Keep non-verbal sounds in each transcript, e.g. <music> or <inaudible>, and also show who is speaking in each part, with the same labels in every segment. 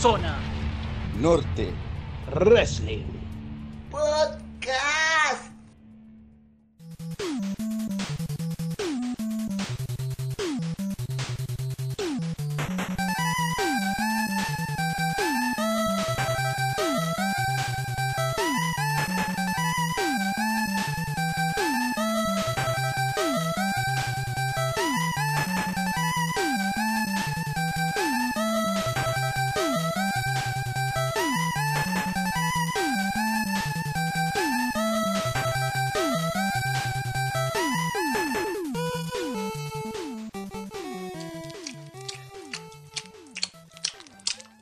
Speaker 1: Zona
Speaker 2: Norte Wrestling
Speaker 3: Podcast.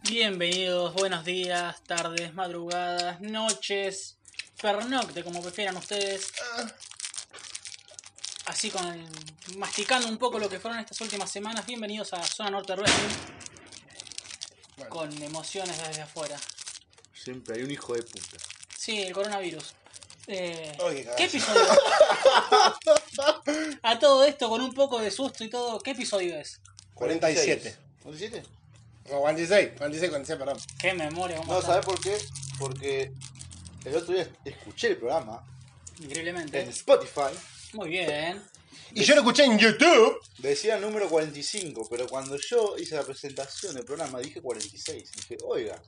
Speaker 1: Bienvenidos, buenos días, tardes, madrugadas, noches, pernocte, como prefieran ustedes. Así con masticando un poco lo que fueron estas últimas semanas. Bienvenidos a Zona Norte Wrestling
Speaker 4: Bueno,
Speaker 1: con emociones desde afuera.
Speaker 4: siempre hay un hijo de puta.
Speaker 1: Sí, el coronavirus. Eh,
Speaker 3: Oye, cagazo.
Speaker 1: ¿Qué episodio?
Speaker 4: <laughs>
Speaker 1: a todo esto con un poco de susto y todo, ¿qué episodio es?
Speaker 3: 47.
Speaker 4: ¿47?
Speaker 3: No, 46. 46, 46, perdón.
Speaker 1: Qué memoria, ¿cómo
Speaker 4: No,
Speaker 1: está?
Speaker 4: ¿sabes por qué? Porque el otro día escuché el programa en
Speaker 1: Increíblemente.
Speaker 4: Spotify.
Speaker 1: Muy bien.
Speaker 3: Y yo lo escuché en YouTube.
Speaker 4: Decía número 45, pero cuando yo hice la presentación del programa dije 46. Dije, oiga,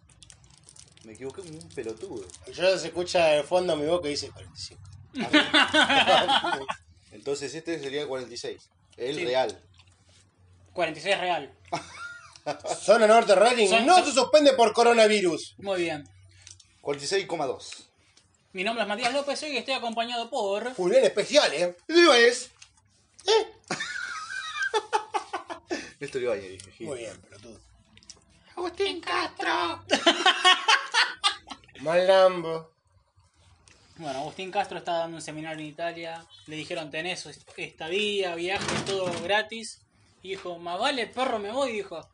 Speaker 4: me equivoqué como un pelotudo.
Speaker 3: Yo se escucha de fondo mi boca y dice 45.
Speaker 4: <laughs> Entonces este sería el 46. El
Speaker 1: Sí.
Speaker 4: real.
Speaker 1: 46 real.
Speaker 3: Zona Norte
Speaker 1: Son-
Speaker 3: Rally no
Speaker 1: son-
Speaker 3: se suspende por coronavirus.
Speaker 1: Muy bien.
Speaker 4: 46,2.
Speaker 1: Mi nombre es Matías López, hoy estoy acompañado por...
Speaker 3: Funeral especial, ¿eh?
Speaker 4: Lo es. Esto lo iba a dije. Gil.
Speaker 3: Muy bien, pelotudo.
Speaker 1: Agustín Castro.
Speaker 3: <laughs> Malambo.
Speaker 1: Bueno, Agustín Castro está dando un seminario en Italia. Le dijeron, tenés estadía, viaje, todo gratis. Y dijo, más vale, perro, me voy, dijo.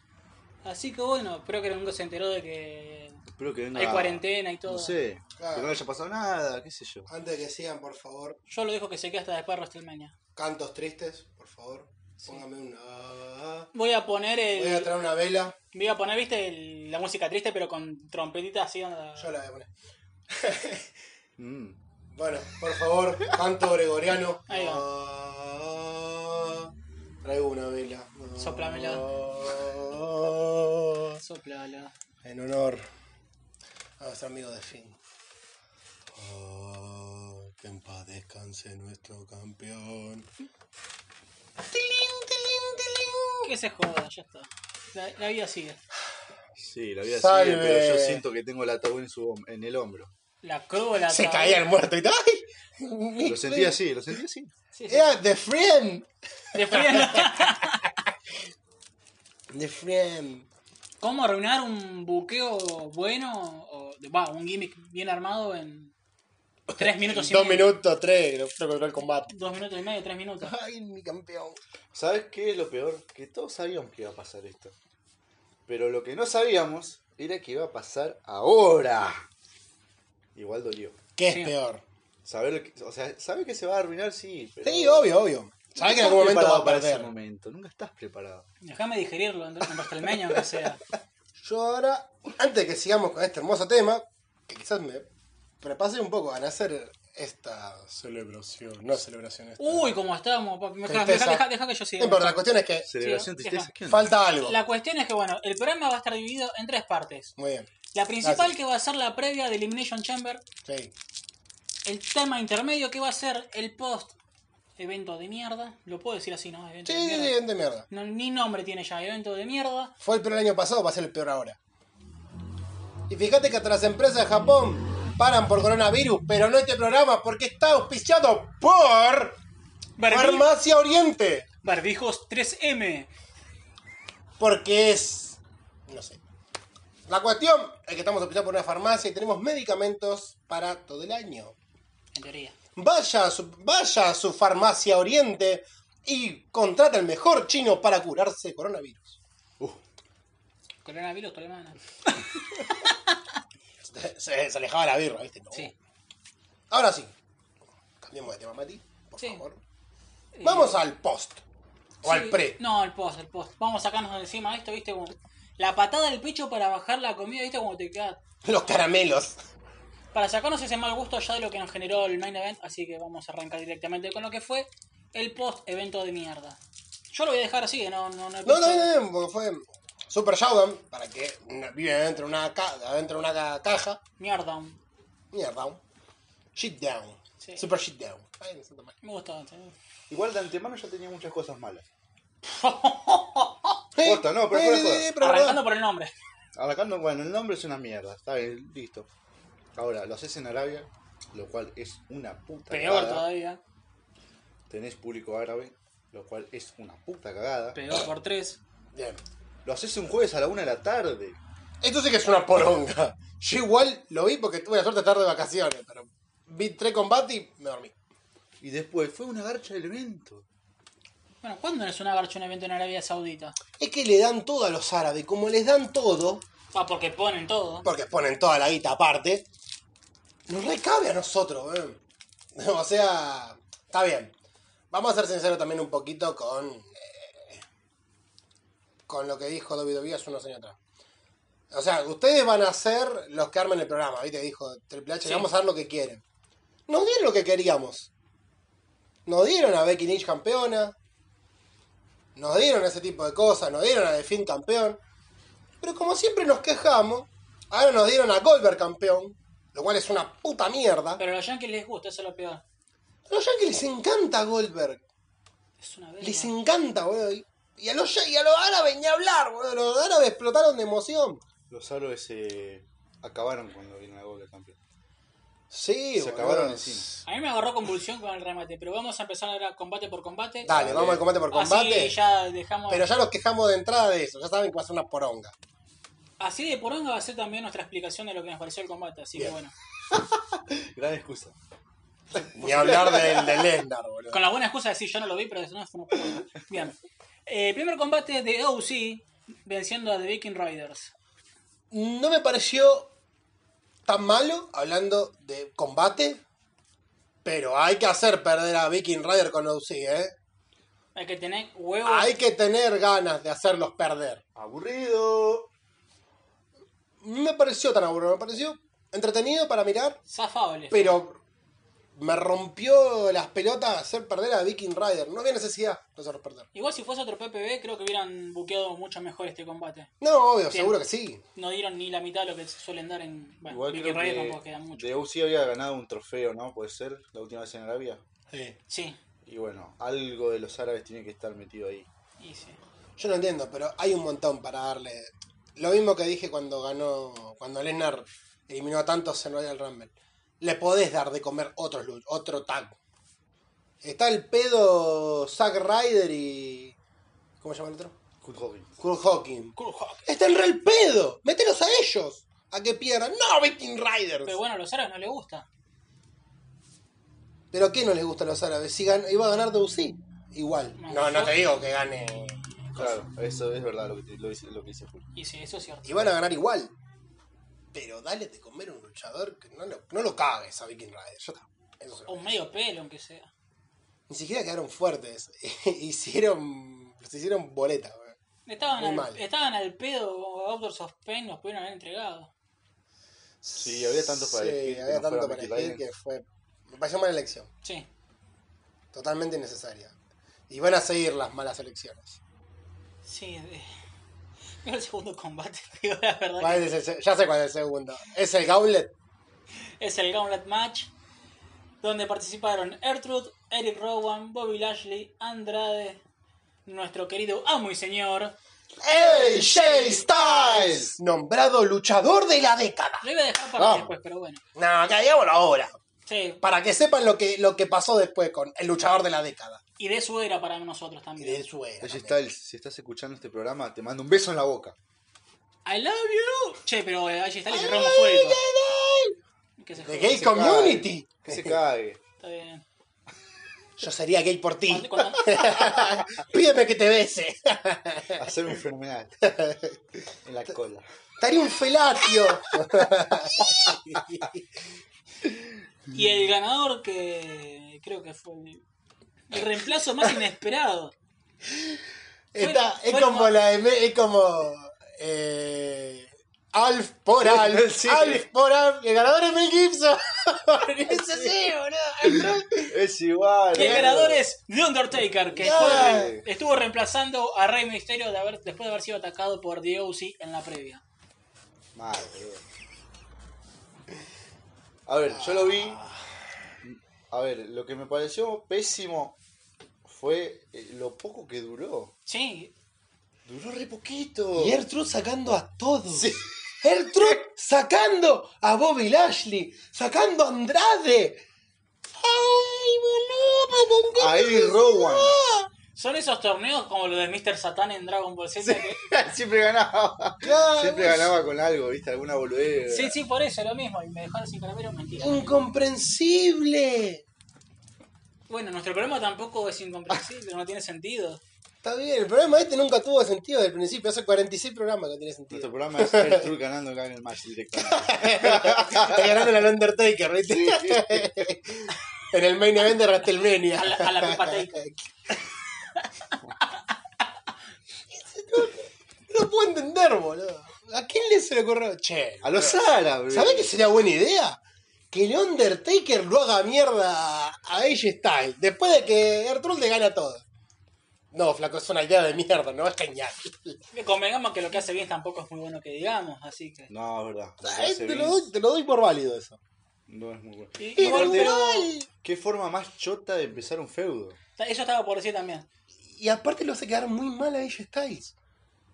Speaker 1: Así que bueno, creo que nunca se enteró de que...
Speaker 4: Espero que venga.
Speaker 1: Hay cuarentena y todo.
Speaker 4: No sé.
Speaker 3: Claro.
Speaker 4: Que no haya pasado nada, qué sé yo.
Speaker 3: Antes de que sigan, por favor,
Speaker 1: Yo lo dejo que se quede hasta después de WrestleMania.
Speaker 3: cantos tristes, por favor. Póngame una.
Speaker 1: Voy a poner
Speaker 3: Voy a
Speaker 1: el...
Speaker 3: traer una vela.
Speaker 1: Voy a poner, viste, el- la música triste, pero con trompetita así. onda-
Speaker 3: Yo la voy a poner.
Speaker 4: Mm.
Speaker 3: Bueno, por favor, canto gregoriano.
Speaker 1: Ahí va.
Speaker 3: Ah, Traigo una vela. Ah,
Speaker 1: Soplámela. Soplala.
Speaker 3: En honor a nuestro amigo de fin. Ah, que en paz descanse nuestro campeón.
Speaker 1: Que se joda, ya está. La, la vida sigue.
Speaker 4: Sí, la vida
Speaker 3: Salve.
Speaker 4: sigue, pero yo siento que tengo el ataúd en, su, hom- en el hombro.
Speaker 1: La cruda.
Speaker 3: Se caía el muerto y tal. ¡Ay!
Speaker 4: Lo sentí así, lo sentí así.
Speaker 1: Sí, sí.
Speaker 3: Era The Friend.
Speaker 1: <laughs> Desfriando.
Speaker 3: The Friend.
Speaker 1: ¿Cómo arruinar un buqueo bueno, o va, un gimmick bien armado en tres minutos y
Speaker 3: Dos
Speaker 1: medio?
Speaker 3: minutos, tres, lo creo que duró el combate.
Speaker 1: Dos minutos y medio, tres minutos.
Speaker 3: Ay, mi campeón.
Speaker 4: ¿Sabes qué es lo peor? Que todos sabíamos que iba a pasar esto. Pero lo que no sabíamos era que iba a pasar ahora. Igual dolió.
Speaker 3: ¿Qué es
Speaker 1: Sí.
Speaker 3: peor?
Speaker 4: Saber, lo que- o sea, sabe que se va a arruinar, sí. Pero
Speaker 3: Sí, obvio, obvio.
Speaker 4: Nunca
Speaker 3: Sabes que
Speaker 4: estás
Speaker 3: en algún momento
Speaker 4: preparado
Speaker 3: vas a
Speaker 4: para ese
Speaker 3: perder.
Speaker 4: momento. Nunca estás preparado.
Speaker 1: Déjame digerirlo en en WrestleMania, aunque sea.
Speaker 3: Yo ahora, antes de que sigamos con este hermoso tema, que quizás me prepase un poco a hacer esta celebración. No celebración. Esta.
Speaker 1: Uy, cómo estamos, papi. Deja,
Speaker 3: Tristeza.
Speaker 1: que yo
Speaker 3: No
Speaker 1: siga.
Speaker 3: importa, la cuestión es que
Speaker 4: Celebración,
Speaker 1: Sí,
Speaker 4: tristeza.
Speaker 1: deja.
Speaker 4: ¿Qué onda?
Speaker 3: falta algo.
Speaker 1: La cuestión es que, bueno, el programa va a estar dividido en tres partes.
Speaker 3: Muy bien.
Speaker 1: La principal
Speaker 3: Gracias.
Speaker 1: que va a ser la previa de Elimination Chamber,
Speaker 3: Sí.
Speaker 1: el tema intermedio que va a ser el post evento de mierda. Lo puedo decir así, ¿no? Evento
Speaker 3: Sí,
Speaker 1: de
Speaker 3: sí,
Speaker 1: mierda.
Speaker 3: sí, gente de mierda.
Speaker 1: No, ni nombre tiene ya, evento de mierda.
Speaker 3: Fue el peor el año pasado, va a ser el peor ahora. Y fíjate que hasta las empresas de Japón paran por coronavirus, pero no este programa porque está auspiciado por
Speaker 1: Barbi-
Speaker 3: Farmacia Oriente.
Speaker 1: Barbijos 3M.
Speaker 3: Porque es. No sé. La cuestión es que estamos hospitalizados por una farmacia y tenemos medicamentos para todo el año.
Speaker 1: En teoría.
Speaker 3: Vaya a su, vaya a su farmacia Oriente y contrata el mejor chino para curarse coronavirus. <laughs>
Speaker 4: Uh,
Speaker 1: Coronavirus, tolemana.
Speaker 3: Se, se alejaba la birra, ¿viste? No.
Speaker 1: Sí.
Speaker 3: Ahora sí. Cambiemos de tema, Mati, por
Speaker 1: Sí. Eh,
Speaker 3: favor. Vamos al post. O al
Speaker 1: Sí,
Speaker 3: pre.
Speaker 1: No, al post, al post. Vamos a sacarnos de encima esto, ¿viste? Como La patada del pecho para bajar la comida, ¿viste? Como te queda.
Speaker 3: Los caramelos.
Speaker 1: Para sacarnos ese mal gusto ya de lo que nos generó el main event, así que vamos a arrancar directamente con lo que fue el post-evento de mierda. Yo lo voy a dejar así, ¿eh? no, no, no. he
Speaker 3: No,
Speaker 1: puesto-
Speaker 3: no, no, no, porque fue Super Showdown, para que n- vive adentro de una, ca- adentro de una ca- caja.
Speaker 1: Mierda.
Speaker 3: Mierda. Shit down.
Speaker 1: Sí.
Speaker 3: Super shit down. Ay, me siento mal.
Speaker 1: Me gustó. sí.
Speaker 4: Igual de antemano ya tenía muchas cosas malas.
Speaker 3: Eh,
Speaker 4: Corta, no, pero
Speaker 3: eh,
Speaker 4: fuera de
Speaker 3: eh,
Speaker 4: joda.
Speaker 3: eh, pero
Speaker 1: Arrancando
Speaker 3: verdad.
Speaker 1: por el nombre.
Speaker 4: Arrancando, bueno, el nombre es una mierda, está bien, listo. Ahora, lo haces en Arabia, lo cual es una puta
Speaker 1: Peor
Speaker 4: cagada.
Speaker 1: todavía.
Speaker 4: Tenés público árabe, lo cual es una puta cagada.
Speaker 1: Peor por tres.
Speaker 3: Bien.
Speaker 4: Lo haces un jueves a la una de la tarde.
Speaker 3: Esto sí que es una poronga. Yo igual lo vi porque tuve la suerte de estar de vacaciones, pero vi tres combates y me dormí.
Speaker 4: Y después fue una garcha del evento.
Speaker 1: Bueno, ¿cuándo es una garcha un evento en Arabia Saudita?
Speaker 3: Es que le dan todo a los árabes, como les dan todo,
Speaker 1: Ah, porque ponen todo.
Speaker 3: porque ponen toda la guita aparte, nos recabe a nosotros, eh. <laughs> O sea, está bien. Vamos a ser sinceros también un poquito con. eh, con lo que dijo David Ovías unos años atrás. O sea, ustedes van a ser los que armen el programa, ¿viste? Dijo Triple H,
Speaker 1: Sí.
Speaker 3: vamos a dar lo que quieren. Nos dieron lo que queríamos. Nos dieron a Becky Lynch campeona. Nos dieron ese tipo de cosas. Nos dieron a The Finn campeón. Pero como siempre nos quejamos, ahora nos dieron a Goldberg campeón. Lo cual es una puta mierda.
Speaker 1: Pero a los yankees les gusta, eso es lo peor.
Speaker 3: A los Yankees les encanta Goldberg.
Speaker 1: Es una
Speaker 3: Les
Speaker 1: vez.
Speaker 3: encanta, weón. Y a los, ya- y a los árabes ni hablar, weón. Los árabes explotaron de emoción.
Speaker 4: Los árabes se acabaron cuando vino la Gold campeón.
Speaker 3: Sí,
Speaker 4: Se
Speaker 3: boludo.
Speaker 4: acabaron encima.
Speaker 1: A mí me agarró convulsión con el remate, pero vamos a empezar ahora combate por combate.
Speaker 3: Dale, vamos al combate por combate.
Speaker 1: Así ya dejamos.
Speaker 3: Pero ya los quejamos de entrada de eso. Ya saben que va a ser una poronga.
Speaker 1: Así de poronga va a ser también nuestra explicación de lo que nos pareció el combate, así
Speaker 3: Bien.
Speaker 1: que bueno.
Speaker 4: Gran excusa.
Speaker 3: Ni hablar del de Lesnar, boludo.
Speaker 1: Con la buena excusa de decir yo no lo vi, pero eso no fue una poronga. Bien. Eh, primer combate de OC venciendo a The Viking Riders.
Speaker 3: No me pareció tan malo hablando de combate. Pero hay que hacer perder a Viking Rider con OC, ¿eh?
Speaker 1: Hay que tener huevos.
Speaker 3: Hay que tener ganas de hacerlos perder.
Speaker 4: Aburrido.
Speaker 3: No me pareció tan aburrido. Me pareció entretenido para mirar.
Speaker 1: Zafables.
Speaker 3: Pero me rompió las pelotas hacer perder a Viking Rider. No había necesidad de hacerlo perder.
Speaker 1: Igual si fuese otro PPB, creo que hubieran buqueado mucho mejor este combate.
Speaker 3: No, obvio,
Speaker 1: Sí.
Speaker 3: seguro que sí.
Speaker 1: No dieron ni la mitad de lo que suelen dar en. Bueno,
Speaker 4: Igual
Speaker 1: Viking
Speaker 4: creo
Speaker 1: Riders tampoco
Speaker 4: que
Speaker 1: quedan mucho.
Speaker 4: de UC había ganado un trofeo, ¿no? Puede ser, la última vez en Arabia.
Speaker 1: Sí,
Speaker 4: Y bueno, algo de los árabes tiene que estar metido ahí.
Speaker 1: y sí.
Speaker 4: Pues
Speaker 3: Yo no entiendo, pero hay un montón para darle. Lo mismo que dije cuando ganó, cuando Lesnar eliminó a tantos en Royal Rumble. Le podés dar de comer otros lu- otro tag. Está el pedo Zack Ryder y. ¿Cómo se llama el otro?
Speaker 4: Kurt Hawkins.
Speaker 3: Kurt Hawking. Está en re el pedo. Mételos a ellos. A que pierdan. No, Viking Riders.
Speaker 1: Pero bueno, a los árabes no les gusta.
Speaker 3: ¿Pero qué no les gusta a los árabes? Si gan- iba a ganar Deusi, igual.
Speaker 1: No,
Speaker 3: No, no
Speaker 1: yo-
Speaker 3: te digo que gane.
Speaker 4: Claro, eso es verdad lo que, te- lo dice, lo que dice Julio.
Speaker 1: Y sí, eso es cierto.
Speaker 3: Y van a ganar igual. Pero dale de comer a un luchador que no lo, no lo cagues a Viking Rider. Ya está. Eso es
Speaker 1: O
Speaker 3: lo que-
Speaker 1: un medio pelo, aunque sea.
Speaker 3: Ni siquiera quedaron fuertes. <laughs> hicieron. Se hicieron boleta, güey.
Speaker 1: Estaban
Speaker 3: Muy
Speaker 1: al,
Speaker 3: mal.
Speaker 1: estaban al pedo, Doctors of Pain nos pudieron haber entregado.
Speaker 4: Sí, había tanto para
Speaker 3: Sí,
Speaker 4: elegir que
Speaker 3: había
Speaker 4: no
Speaker 3: tanto
Speaker 4: fuera
Speaker 3: para
Speaker 4: Viking
Speaker 3: elegir
Speaker 4: Riders.
Speaker 3: que fue. Me pareció mala elección.
Speaker 1: Sí.
Speaker 3: Totalmente innecesaria. Y van a seguir las malas elecciones.
Speaker 1: Sí, de... Pero el segundo combate, <laughs> digo, la verdad.
Speaker 3: ¿Cuál es el se- ya sé cuál es el segundo. Es el Gauntlet.
Speaker 1: que Es el Gauntlet Match, donde participaron Ertrude, Eric Rowan, Bobby Lashley, Andrade, nuestro querido amo y señor.
Speaker 3: AJ Styles, nombrado luchador de la década.
Speaker 1: Lo iba a dejar para
Speaker 3: Vamos.
Speaker 1: después, pero bueno.
Speaker 3: No, que digámoslo ahora.
Speaker 1: Sí,
Speaker 3: Para que sepan lo que, lo que pasó después con el luchador de la década.
Speaker 1: y de su era para nosotros
Speaker 3: Y
Speaker 1: también.
Speaker 3: de su era.
Speaker 4: Oye,
Speaker 3: también.
Speaker 4: Styles, si estás escuchando este programa, te mando un beso en la boca.
Speaker 1: I love you. Che, pero eh, allí está el cerramos fuego. Que se
Speaker 3: The
Speaker 1: joda.
Speaker 3: gay
Speaker 4: se
Speaker 3: community.
Speaker 4: Que se cague.
Speaker 1: Está bien.
Speaker 3: Yo sería gay por ti.
Speaker 1: Cuando-
Speaker 3: <laughs>
Speaker 1: cuando-
Speaker 3: Pídeme que te bese.
Speaker 4: Hacer un fenomenal. <laughs> En la cola.
Speaker 3: Estaría
Speaker 4: <laughs>
Speaker 3: un felatio.
Speaker 1: Y el ganador que creo que fue el, el reemplazo más inesperado.
Speaker 3: Está-
Speaker 1: Fue-
Speaker 3: es
Speaker 1: fue
Speaker 3: como
Speaker 1: como-
Speaker 3: la de Me- es como eh, Alf por Alf.
Speaker 4: Sí.
Speaker 3: Alf por Alf. El ganador es Mel
Speaker 4: <laughs>
Speaker 3: Gibson. <laughs> <laughs> es así, boludo. Alf por Alf.
Speaker 4: Es igual.
Speaker 1: Y el
Speaker 4: boludo.
Speaker 1: ganador es The Undertaker, que
Speaker 3: Yeah.
Speaker 1: fue- estuvo reemplazando a Rey Misterio de haber, después de haber sido atacado por The OC en la previa.
Speaker 4: Mal, boludo. A ver, yo lo vi. A ver, lo que me pareció pésimo fue eh, lo poco que duró.
Speaker 1: Sí,
Speaker 4: Duró re poquito.
Speaker 3: Y Ertrude sacando a todos.
Speaker 4: Sí.
Speaker 3: Ertrude sacando a Bobby Lashley. Sacando a Andrade. ¡Ay, boludo! ¿con qué
Speaker 4: Ahí
Speaker 3: te
Speaker 4: <laughs> Rowan.
Speaker 3: vas?
Speaker 1: son esos torneos como los de Mr. Satan en Dragon Ball Z. que-
Speaker 4: Siempre ganaba.
Speaker 3: Claro,
Speaker 4: Siempre
Speaker 3: vos-
Speaker 4: ganaba con algo, ¿viste? Alguna boludez.
Speaker 1: Sí, sí, por eso, lo mismo. Y me dejaron sin caramelo, mentira.
Speaker 3: ¡Incomprensible!
Speaker 1: Bueno, nuestro problema tampoco es incomprensible, no tiene sentido.
Speaker 3: Está bien, el programa este nunca tuvo sentido desde el principio. Hace 46 programas que tiene
Speaker 4: Nuestro
Speaker 3: sentido.
Speaker 4: programa es el Truth ganando acá en el match
Speaker 3: <laughs>
Speaker 4: directamente.
Speaker 3: Está ganando el Undertaker, ¿viste? <laughs> en el main event de WrestleMania.
Speaker 1: A la, a la Pepa Taker.
Speaker 3: No lo puedo entender, boludo. ¿A quién le se le ocurrió? Che.
Speaker 4: A los árabes.
Speaker 3: ¿Sabés que sería buena idea? Que el Undertaker lo haga mierda a AJ Styles. Después de que Ertrud le gana todo. No, flaco, es una idea de mierda, no es cañar.
Speaker 1: Convengamos que lo que hace bien tampoco es muy bueno que digamos, así que.
Speaker 4: No, es verdad. Lo que
Speaker 3: Ay,
Speaker 4: hace
Speaker 3: Te lo,
Speaker 4: Vince
Speaker 3: doy, te lo doy por válido eso.
Speaker 4: No es muy bueno.
Speaker 1: Y-
Speaker 3: Pero
Speaker 1: igual, pero-
Speaker 3: igual.
Speaker 4: ¿Qué forma más chota de empezar un feudo?
Speaker 1: Eso estaba por decir también.
Speaker 3: Y aparte lo hace quedar muy mal a AJ Styles.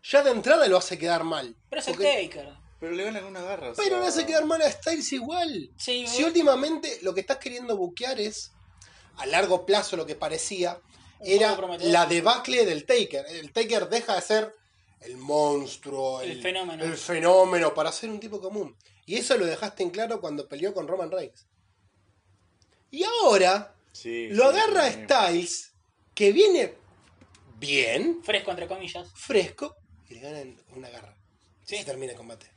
Speaker 3: Ya de entrada lo hace quedar mal.
Speaker 1: Pero es
Speaker 3: Porque-
Speaker 1: el Taker.
Speaker 4: Pero le ganan con una garra. o
Speaker 3: Pero
Speaker 4: sea,
Speaker 3: lo hace quedar mal a Styles igual.
Speaker 1: Sí,
Speaker 3: si
Speaker 1: bueno.
Speaker 3: últimamente lo que estás queriendo buquear es, a largo plazo lo que parecía,
Speaker 1: Un
Speaker 3: era
Speaker 1: juego prometedor.
Speaker 3: la debacle del Taker. El Taker deja de ser el monstruo,
Speaker 1: El fenómeno.
Speaker 3: el fenómeno, para ser un tipo común. Y eso lo dejaste en claro cuando peleó con Roman Reigns. Y ahora
Speaker 4: Sí,
Speaker 3: lo
Speaker 4: sí,
Speaker 3: agarra
Speaker 4: sí.
Speaker 3: Styles, que viene bien,
Speaker 1: Fresco, entre comillas.
Speaker 3: fresco y le ganan con una garra.
Speaker 1: Sí.
Speaker 3: Y se termina el combate.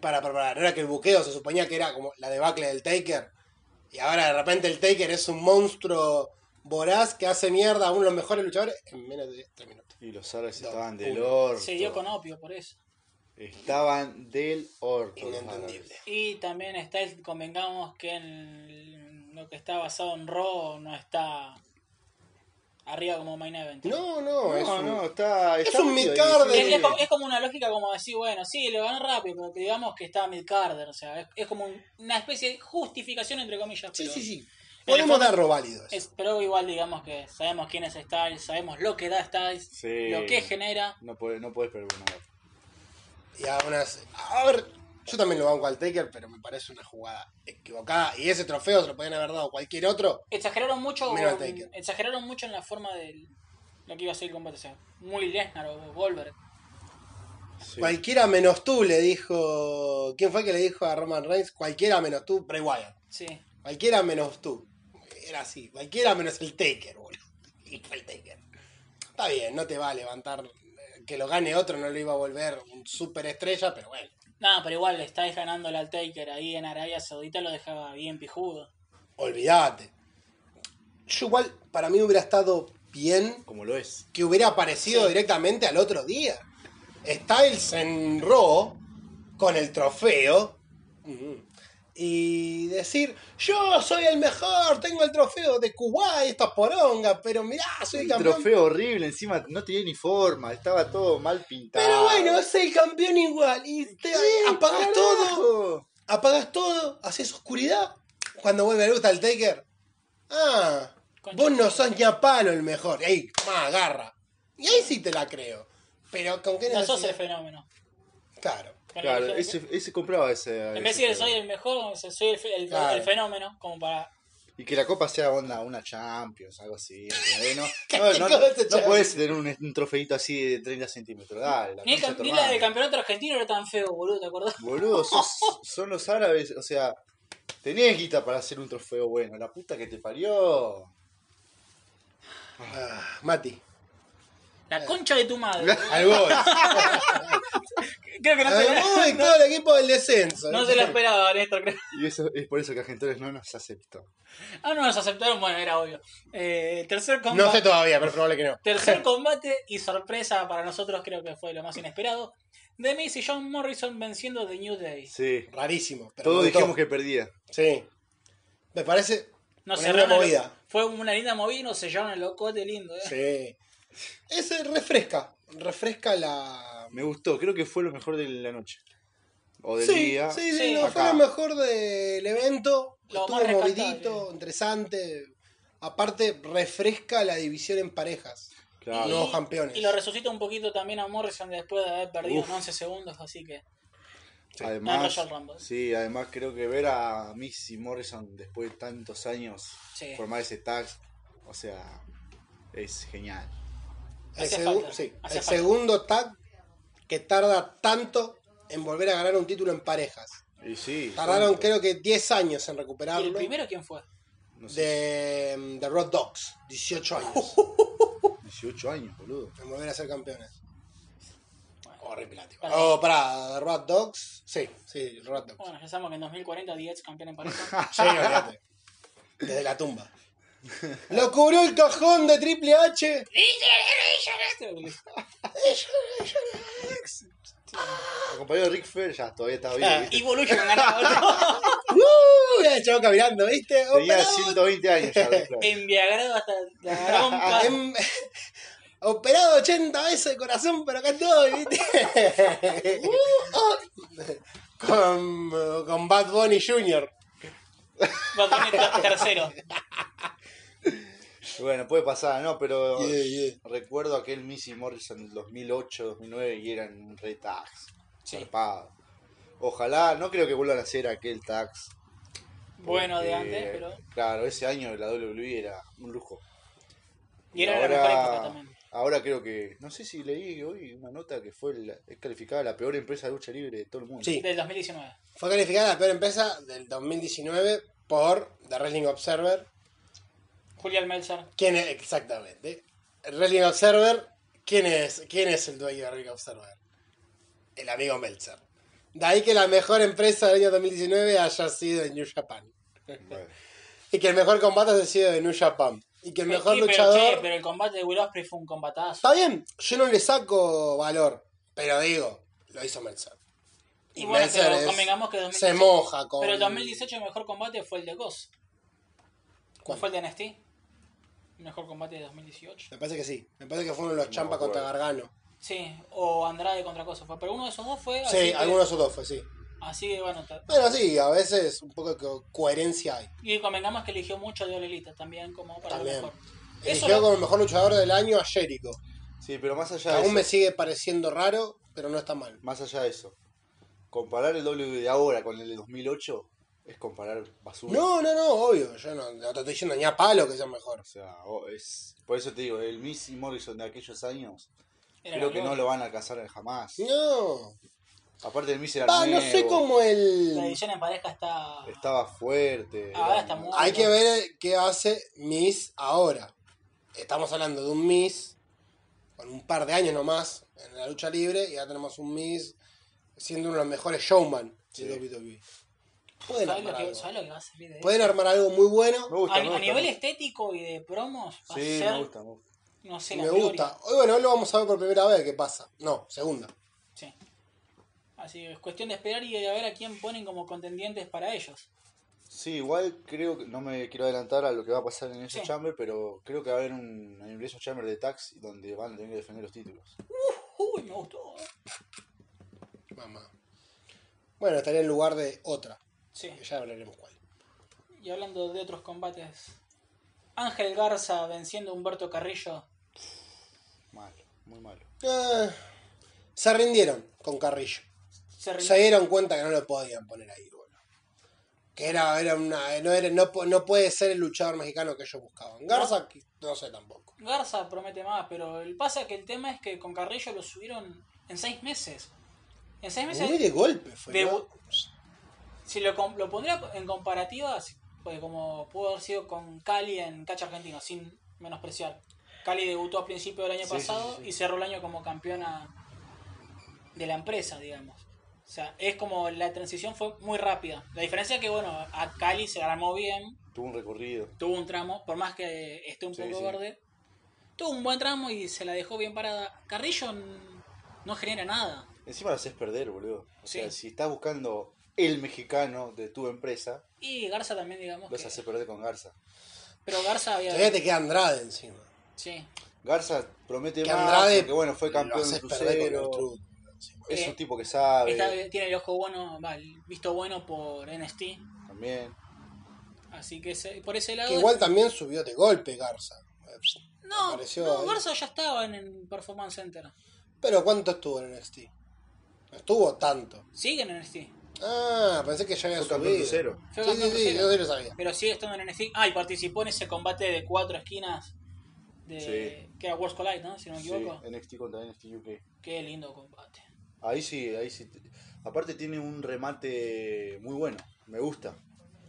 Speaker 3: Para, para, para. No era que el buqueo se suponía que era como la debacle del Taker. Y ahora de repente el Taker es un monstruo voraz que hace mierda a uno de los mejores luchadores en menos de 3 minutos.
Speaker 4: Y los árabes
Speaker 3: No,
Speaker 4: estaban del
Speaker 3: uno.
Speaker 4: orto.
Speaker 1: Se dio con opio por eso.
Speaker 4: Estaban del orto. los
Speaker 3: Inentendible.
Speaker 4: árabes.
Speaker 1: Y también está, el- convengamos que en lo que está basado en Raw no está arriba como main event.
Speaker 3: No, no,
Speaker 4: No,
Speaker 3: es
Speaker 4: no,
Speaker 3: un-
Speaker 4: está.
Speaker 3: es
Speaker 4: está
Speaker 3: un
Speaker 4: metido ahí,
Speaker 3: mid-card
Speaker 1: Es, es
Speaker 3: de-
Speaker 1: como, es como una lógica como decir, bueno, sí, lo ganó rápido, pero que digamos que está mid Carter, o sea, es, es como un- una especie de justificación entre comillas.
Speaker 3: Sí,
Speaker 1: pero-
Speaker 3: sí, sí.
Speaker 1: En el
Speaker 3: Podemos
Speaker 1: fondo-
Speaker 3: darlo válido. eso.
Speaker 1: es- pero igual digamos que sabemos quién es Styles, sabemos lo que da Styles,
Speaker 4: Sí.
Speaker 1: lo que genera.
Speaker 4: No podés, no podés perder una garra.
Speaker 3: Y aún así- A ver, yo también lo banco al Taker, pero me parece una jugada equivocada. Y ese trofeo se lo podían haber dado a cualquier otro.
Speaker 1: Exageraron mucho mm,
Speaker 3: Menos Taker.
Speaker 1: exageraron mucho en la forma de lo que iba a ser el combate, o sea, muy Lesnar o Goldberg.
Speaker 4: Sí.
Speaker 3: Cualquiera menos tú le dijo. ¿Quién fue que le dijo a Roman Reigns? Cualquiera menos tú, Bray Wyatt.
Speaker 1: Sí.
Speaker 3: Cualquiera menos tú. Era así. Cualquiera menos el Taker, boludo. <laughs> Y fue el Taker. Está bien, no te va a levantar. eh, Que lo gane otro no lo iba a volver un super estrella, pero bueno.
Speaker 1: Nada, pero igual le estáis ganando al Taker ahí en Arabia Saudita, lo dejaba bien pijudo.
Speaker 3: Olvídate. Yo igual, para mí hubiera estado bien
Speaker 4: Como lo es.
Speaker 3: que hubiera aparecido directamente al otro día. Styles en Raw con el trofeo y decir, yo soy el mejor, tengo el trofeo de Kuwait, esta poronga, pero mirá, soy el
Speaker 4: Un
Speaker 3: campeón.
Speaker 4: trofeo horrible, encima no tenía ni forma, estaba todo mal pintado.
Speaker 3: Pero bueno, es el campeón igual. Y te apagas todo, apagas todo, haces oscuridad. Cuando vuelve la luz al Taker, ah,
Speaker 1: Concha.
Speaker 3: vos no sos ni a palo el mejor. Y ahí, más agarra. Y ahí sí te la creo. Pero con qué
Speaker 1: No sos el
Speaker 3: necesidad?
Speaker 1: fenómeno.
Speaker 3: Claro.
Speaker 1: Con
Speaker 4: Claro,
Speaker 1: el-
Speaker 4: ese, ese compraba ese.
Speaker 1: en vez de
Speaker 4: ese
Speaker 1: decir soy el mejor, o sea, soy el, fe- el-
Speaker 3: Claro.
Speaker 1: el fenómeno, como para...
Speaker 4: Y que la copa sea onda, una Champions, algo así. ¿entendés?
Speaker 1: <laughs>
Speaker 3: ¿Qué
Speaker 4: No, no, no,
Speaker 3: cosa,
Speaker 4: no
Speaker 3: Champions?
Speaker 4: podés tener un, un trofeito así de 30 centímetros. Dale, la
Speaker 1: Ni, el
Speaker 4: concha
Speaker 1: cam-
Speaker 4: de tu
Speaker 1: ni la del
Speaker 4: hermana.
Speaker 1: campeonato argentino era tan feo, boludo, ¿te acordás?
Speaker 4: Boludo,
Speaker 1: <laughs>
Speaker 4: sos- son los árabes, o sea, tenés guita para hacer un trofeo bueno. La puta que te parió.
Speaker 3: Ah, Mati.
Speaker 1: La concha de tu
Speaker 4: <laughs>
Speaker 1: madre.
Speaker 3: Al gol.
Speaker 1: <laughs> Creo que no se,
Speaker 3: Al
Speaker 1: la,
Speaker 3: Boys, todo el equipo del descenso.
Speaker 1: no se la esperaba, Néstor. creo.
Speaker 4: Y eso es por eso que Argentores no nos aceptó.
Speaker 1: Ah, no, nos aceptaron, bueno, era obvio. Eh, tercer combate.
Speaker 3: No sé todavía, pero probable que no.
Speaker 1: Tercer combate y sorpresa para nosotros, creo que fue lo más inesperado. The Miz y John Morrison venciendo The New Day.
Speaker 4: Sí.
Speaker 3: Rarísimo. pero
Speaker 4: Todos
Speaker 3: me gustó.
Speaker 4: dijimos que perdía.
Speaker 3: Sí. Me parece.
Speaker 1: No
Speaker 3: una
Speaker 1: sé,
Speaker 3: linda
Speaker 1: raro,
Speaker 3: movida.
Speaker 1: Fue una linda movida, nos sellaron el locote lindo. ¿eh?
Speaker 3: Sí. Ese refresca. Refresca la.
Speaker 4: Me gustó, creo que fue lo mejor de la noche. O del
Speaker 3: Sí,
Speaker 4: día.
Speaker 3: sí, sí,
Speaker 1: Sí.
Speaker 3: no, fue
Speaker 4: Acá.
Speaker 3: lo mejor del evento.
Speaker 1: Lo más
Speaker 3: Estuvo movidito,
Speaker 1: rescatable.
Speaker 3: interesante. Aparte, refresca la división en parejas.
Speaker 4: Claro.
Speaker 3: No. Nuevos campeones.
Speaker 1: Y lo resucita un poquito también a Morrison después de haber perdido
Speaker 4: Uf.
Speaker 1: en 11 segundos, así que. Ah,
Speaker 4: Además,
Speaker 1: Royal Rumble.
Speaker 4: sí, además creo que ver a Miss y Morrison después de tantos años
Speaker 1: Sí.
Speaker 4: formar ese tag, o sea, es genial.
Speaker 3: El,
Speaker 1: Hacía
Speaker 3: segu-
Speaker 1: falta,
Speaker 3: sí,
Speaker 1: hacía
Speaker 3: el
Speaker 1: falta.
Speaker 3: segundo tag que tarda tanto en volver a ganar un título en parejas.
Speaker 4: Y sí.
Speaker 3: Tardaron
Speaker 4: tanto.
Speaker 3: creo que 10 años
Speaker 1: ¿Y
Speaker 3: en
Speaker 1: el
Speaker 3: recuperarlo.
Speaker 1: primero quién fue?
Speaker 4: No sé,
Speaker 3: de, mm, de Road Dogs,
Speaker 1: <laughs>
Speaker 3: 18 años
Speaker 4: 18 años, boludo.
Speaker 3: en volver a ser campeones. Horrible, tío.
Speaker 1: Para-
Speaker 3: Oh, pará, Road Dogs. Sí, sí, Road Dogs.
Speaker 1: Bueno, ya sabemos que en 2040 Diez campeón en
Speaker 3: <laughs>
Speaker 1: pareja. <laughs>
Speaker 3: Sí, olvídate. Desde la tumba. Lo cubrió el cajón de
Speaker 1: <laughs>
Speaker 3: Triple H.
Speaker 4: Acompañado de Rick Fair, ya todavía estaba
Speaker 1: Ah.
Speaker 4: bien. ¿viste?
Speaker 1: Evolution
Speaker 3: <laughs>
Speaker 1: ganaba
Speaker 3: ¡Uh! Era el chavo caminando, ¿viste?
Speaker 4: Tenía
Speaker 3: Operado.
Speaker 4: 120 años ya. Ric Flair.
Speaker 1: <laughs> Enviagrado hasta la
Speaker 3: <laughs>
Speaker 1: garompa.
Speaker 3: Em- Operado 80 veces de corazón, pero acá estoy,
Speaker 1: <laughs>
Speaker 3: ¿viste? Oh. con, con Bad Bunny Jr.
Speaker 1: Va a poner ter- tercero.
Speaker 4: Bueno, puede pasar, ¿no? Pero
Speaker 3: Yeah, yeah.
Speaker 4: recuerdo aquel Missy Morrison del 2008, 2009 y eran re tags.
Speaker 1: Sí.
Speaker 4: Zarpado. Ojalá, no creo que vuelvan a hacer aquel tags.
Speaker 1: Bueno de
Speaker 4: porque,
Speaker 1: antes, pero.
Speaker 4: Claro, ese año la WWE era un lujo.
Speaker 1: Y era la mejor época también.
Speaker 4: Ahora creo que. No sé si leí hoy una nota que fue la- es calificada la peor empresa de lucha libre de todo el mundo.
Speaker 3: Sí.
Speaker 1: Del 2019.
Speaker 3: Fue calificada la peor empresa del 2019 por The Wrestling Observer.
Speaker 1: Julian Melzer.
Speaker 3: ¿Quién es? Exactamente. El Wrestling Observer. ¿Quién es, ¿Quién es el dueño de Wrestling Observer? El amigo Meltzer. De ahí que la mejor empresa del año 2019 haya sido en New Japan.
Speaker 4: Bueno,
Speaker 3: Y que el mejor combate haya sido de New Japan. Y que el mejor
Speaker 1: Sí, pero,
Speaker 3: luchador.
Speaker 1: che, pero el combate de Will Ospreay fue un combatazo.
Speaker 3: Está bien, yo no le saco valor. Pero digo, lo hizo Meltzer.
Speaker 1: Y, bueno,
Speaker 3: Meltzer
Speaker 1: pero
Speaker 3: es-
Speaker 1: convengamos que 2018,
Speaker 3: se moja con.
Speaker 1: Pero el 2018 el mejor combate fue el de Goss. ¿Cuál
Speaker 3: ¿Cuál?
Speaker 1: fue el de NXT? El Mejor combate de 2018.
Speaker 3: Me parece que sí. Me parece que fueron los champa contra
Speaker 4: acuerdo.
Speaker 3: Gargano.
Speaker 1: Sí, o Andrade contra Cosa fue. Pero uno de esos dos fue. así
Speaker 3: Sí,
Speaker 1: que-
Speaker 3: algunos otros fue, sí.
Speaker 1: Así que bueno. ta-
Speaker 3: Pero sí, a veces un poco de co- coherencia hay.
Speaker 1: Y convengamos que eligió mucho de Olelita también como para
Speaker 3: También.
Speaker 1: lo mejor. Eso
Speaker 3: Eligió
Speaker 1: lo-
Speaker 3: como Eh, el mejor luchador del año a Jericho.
Speaker 4: sí, pero más allá de
Speaker 3: Aún
Speaker 4: eso,
Speaker 3: me sigue pareciendo raro, pero no está mal.
Speaker 4: más allá de eso, comparar el WWE de ahora con el de 2008 es comparar basura.
Speaker 3: No, no, no, obvio. Yo no, no te estoy diciendo ni a palo que sea mejor.
Speaker 4: O sea, o- es, por eso te digo, el Miss y Morrison de aquellos años,
Speaker 1: era
Speaker 4: creo que
Speaker 1: gloria.
Speaker 4: no lo van a alcanzar jamás.
Speaker 3: No.
Speaker 4: Aparte el Miss era
Speaker 3: Va, no
Speaker 4: nuevo,
Speaker 3: sé cómo
Speaker 1: La
Speaker 3: el.
Speaker 1: edición en pareja está.
Speaker 4: estaba fuerte.
Speaker 1: Ahora
Speaker 4: era-
Speaker 1: está muy-
Speaker 3: Hay que ver eh, qué hace Miss ahora. Estamos hablando de un Miss con un par de años nomás en la lucha libre y ya tenemos un Miss siendo uno de los mejores showman
Speaker 4: Sí.
Speaker 3: de WWE.
Speaker 1: ¿Sabes
Speaker 3: Pueden
Speaker 1: lo,
Speaker 3: armar,
Speaker 1: que,
Speaker 3: algo.
Speaker 1: ¿Sabes lo que va a salir de
Speaker 3: Pueden armar algo muy
Speaker 4: Me
Speaker 3: bueno.
Speaker 1: eso?
Speaker 4: gusta,
Speaker 1: A,
Speaker 4: me
Speaker 1: a
Speaker 4: gusta.
Speaker 1: nivel estético y de promos, va
Speaker 4: Sí,
Speaker 1: a ser.
Speaker 4: me gusta, me gusta.
Speaker 1: No sé, la
Speaker 3: Me
Speaker 1: gloria.
Speaker 3: gusta. Hoy, bueno, hoy lo vamos a ver por primera vez qué pasa. No, segunda.
Speaker 1: Sí. Así que es cuestión de esperar y de ver a quién ponen como contendientes para ellos.
Speaker 4: Sí, igual creo que no me quiero adelantar a lo que va a pasar en ese
Speaker 1: Sí.
Speaker 4: chamber, pero creo que va a haber un un ingreso chamber de tax donde van a tener que defender los títulos.
Speaker 1: Uy, me gustó. ¿eh?
Speaker 3: Mamá. Bueno, estaría en lugar de otra.
Speaker 1: Sí.
Speaker 3: que Ya hablaremos cuál.
Speaker 1: Y hablando de otros combates. Ángel Garza venciendo a Humberto Carrillo.
Speaker 4: Malo, muy malo.
Speaker 3: Eh, se rindieron con Carrillo.
Speaker 1: Se rin-
Speaker 3: Se dieron cuenta que no lo podían poner ahí, boludo. Que era, era una. No, era, no, po- no puede ser el luchador mexicano que ellos buscaban. Garza, que- no sé tampoco.
Speaker 1: Garza promete más, pero el pasa que el tema es que con Carrillo lo subieron en seis meses. En seis meses.
Speaker 3: Muy de golpe fue.
Speaker 1: de-
Speaker 3: ¿no?
Speaker 1: Si lo, com- lo pondría en comparativa, si- pues como pudo haber sido con Cali en Cacha Argentino, sin menospreciar. Cali debutó a principios del año
Speaker 4: Sí, sí,
Speaker 1: pasado
Speaker 4: sí, sí.
Speaker 1: y cerró el año como campeona de la empresa, digamos. O sea, es como la transición fue muy rápida. La diferencia es que, bueno, a Cali se armó bien,
Speaker 4: Tuvo un recorrido.
Speaker 1: tuvo un tramo, por más que esté un
Speaker 4: Sí,
Speaker 1: poco
Speaker 4: sí.
Speaker 1: verde, tuvo un buen tramo y se la dejó bien parada. Carrillo n- no genera nada.
Speaker 4: Encima lo haces perder, boludo. O
Speaker 1: Sí.
Speaker 4: sea, si estás buscando el mexicano de tu empresa,
Speaker 1: Y Garza también, digamos.
Speaker 4: los
Speaker 1: que-
Speaker 4: haces perder con Garza.
Speaker 1: Pero Garza había.
Speaker 3: Todavía te queda Andrade encima.
Speaker 1: Sí.
Speaker 4: Garza promete
Speaker 3: Que
Speaker 4: más,
Speaker 3: Andrade
Speaker 4: porque, bueno, fue
Speaker 3: Lo
Speaker 4: campeón
Speaker 3: haces
Speaker 4: de
Speaker 3: perder con
Speaker 4: crucero.
Speaker 3: Ortrud, encima.
Speaker 4: Es
Speaker 1: Eh,
Speaker 4: un tipo que sabe
Speaker 1: Esta vez tiene el ojo bueno, va, el visto bueno por NST.
Speaker 4: también.
Speaker 1: Así que ese- por ese lado.
Speaker 3: Que igual también subió de golpe Garza.
Speaker 1: no,
Speaker 3: apareció
Speaker 1: no,
Speaker 3: ahí.
Speaker 1: Garza ya estaba en el Performance Center.
Speaker 3: Pero ¿cuánto estuvo en NXT? No estuvo tanto.
Speaker 1: Sigue en NST.
Speaker 3: Ah, pensé que ya había
Speaker 4: Fue
Speaker 3: subido.
Speaker 4: campeón crucero.
Speaker 1: Fue
Speaker 3: Sí, sí,
Speaker 1: campeón
Speaker 3: sí,
Speaker 1: crucero.
Speaker 3: yo sí lo sabía.
Speaker 1: Pero sigue estando en NST. Ah, y participó en ese combate de cuatro esquinas. De,
Speaker 4: Sí.
Speaker 1: Que era Worlds Collide, ¿no? Si no me
Speaker 4: Sí,
Speaker 1: equivoco.
Speaker 4: NXT contra NXT UK.
Speaker 1: Qué lindo combate.
Speaker 4: Ahí sí, ahí sí. Aparte tiene un remate muy bueno. Me gusta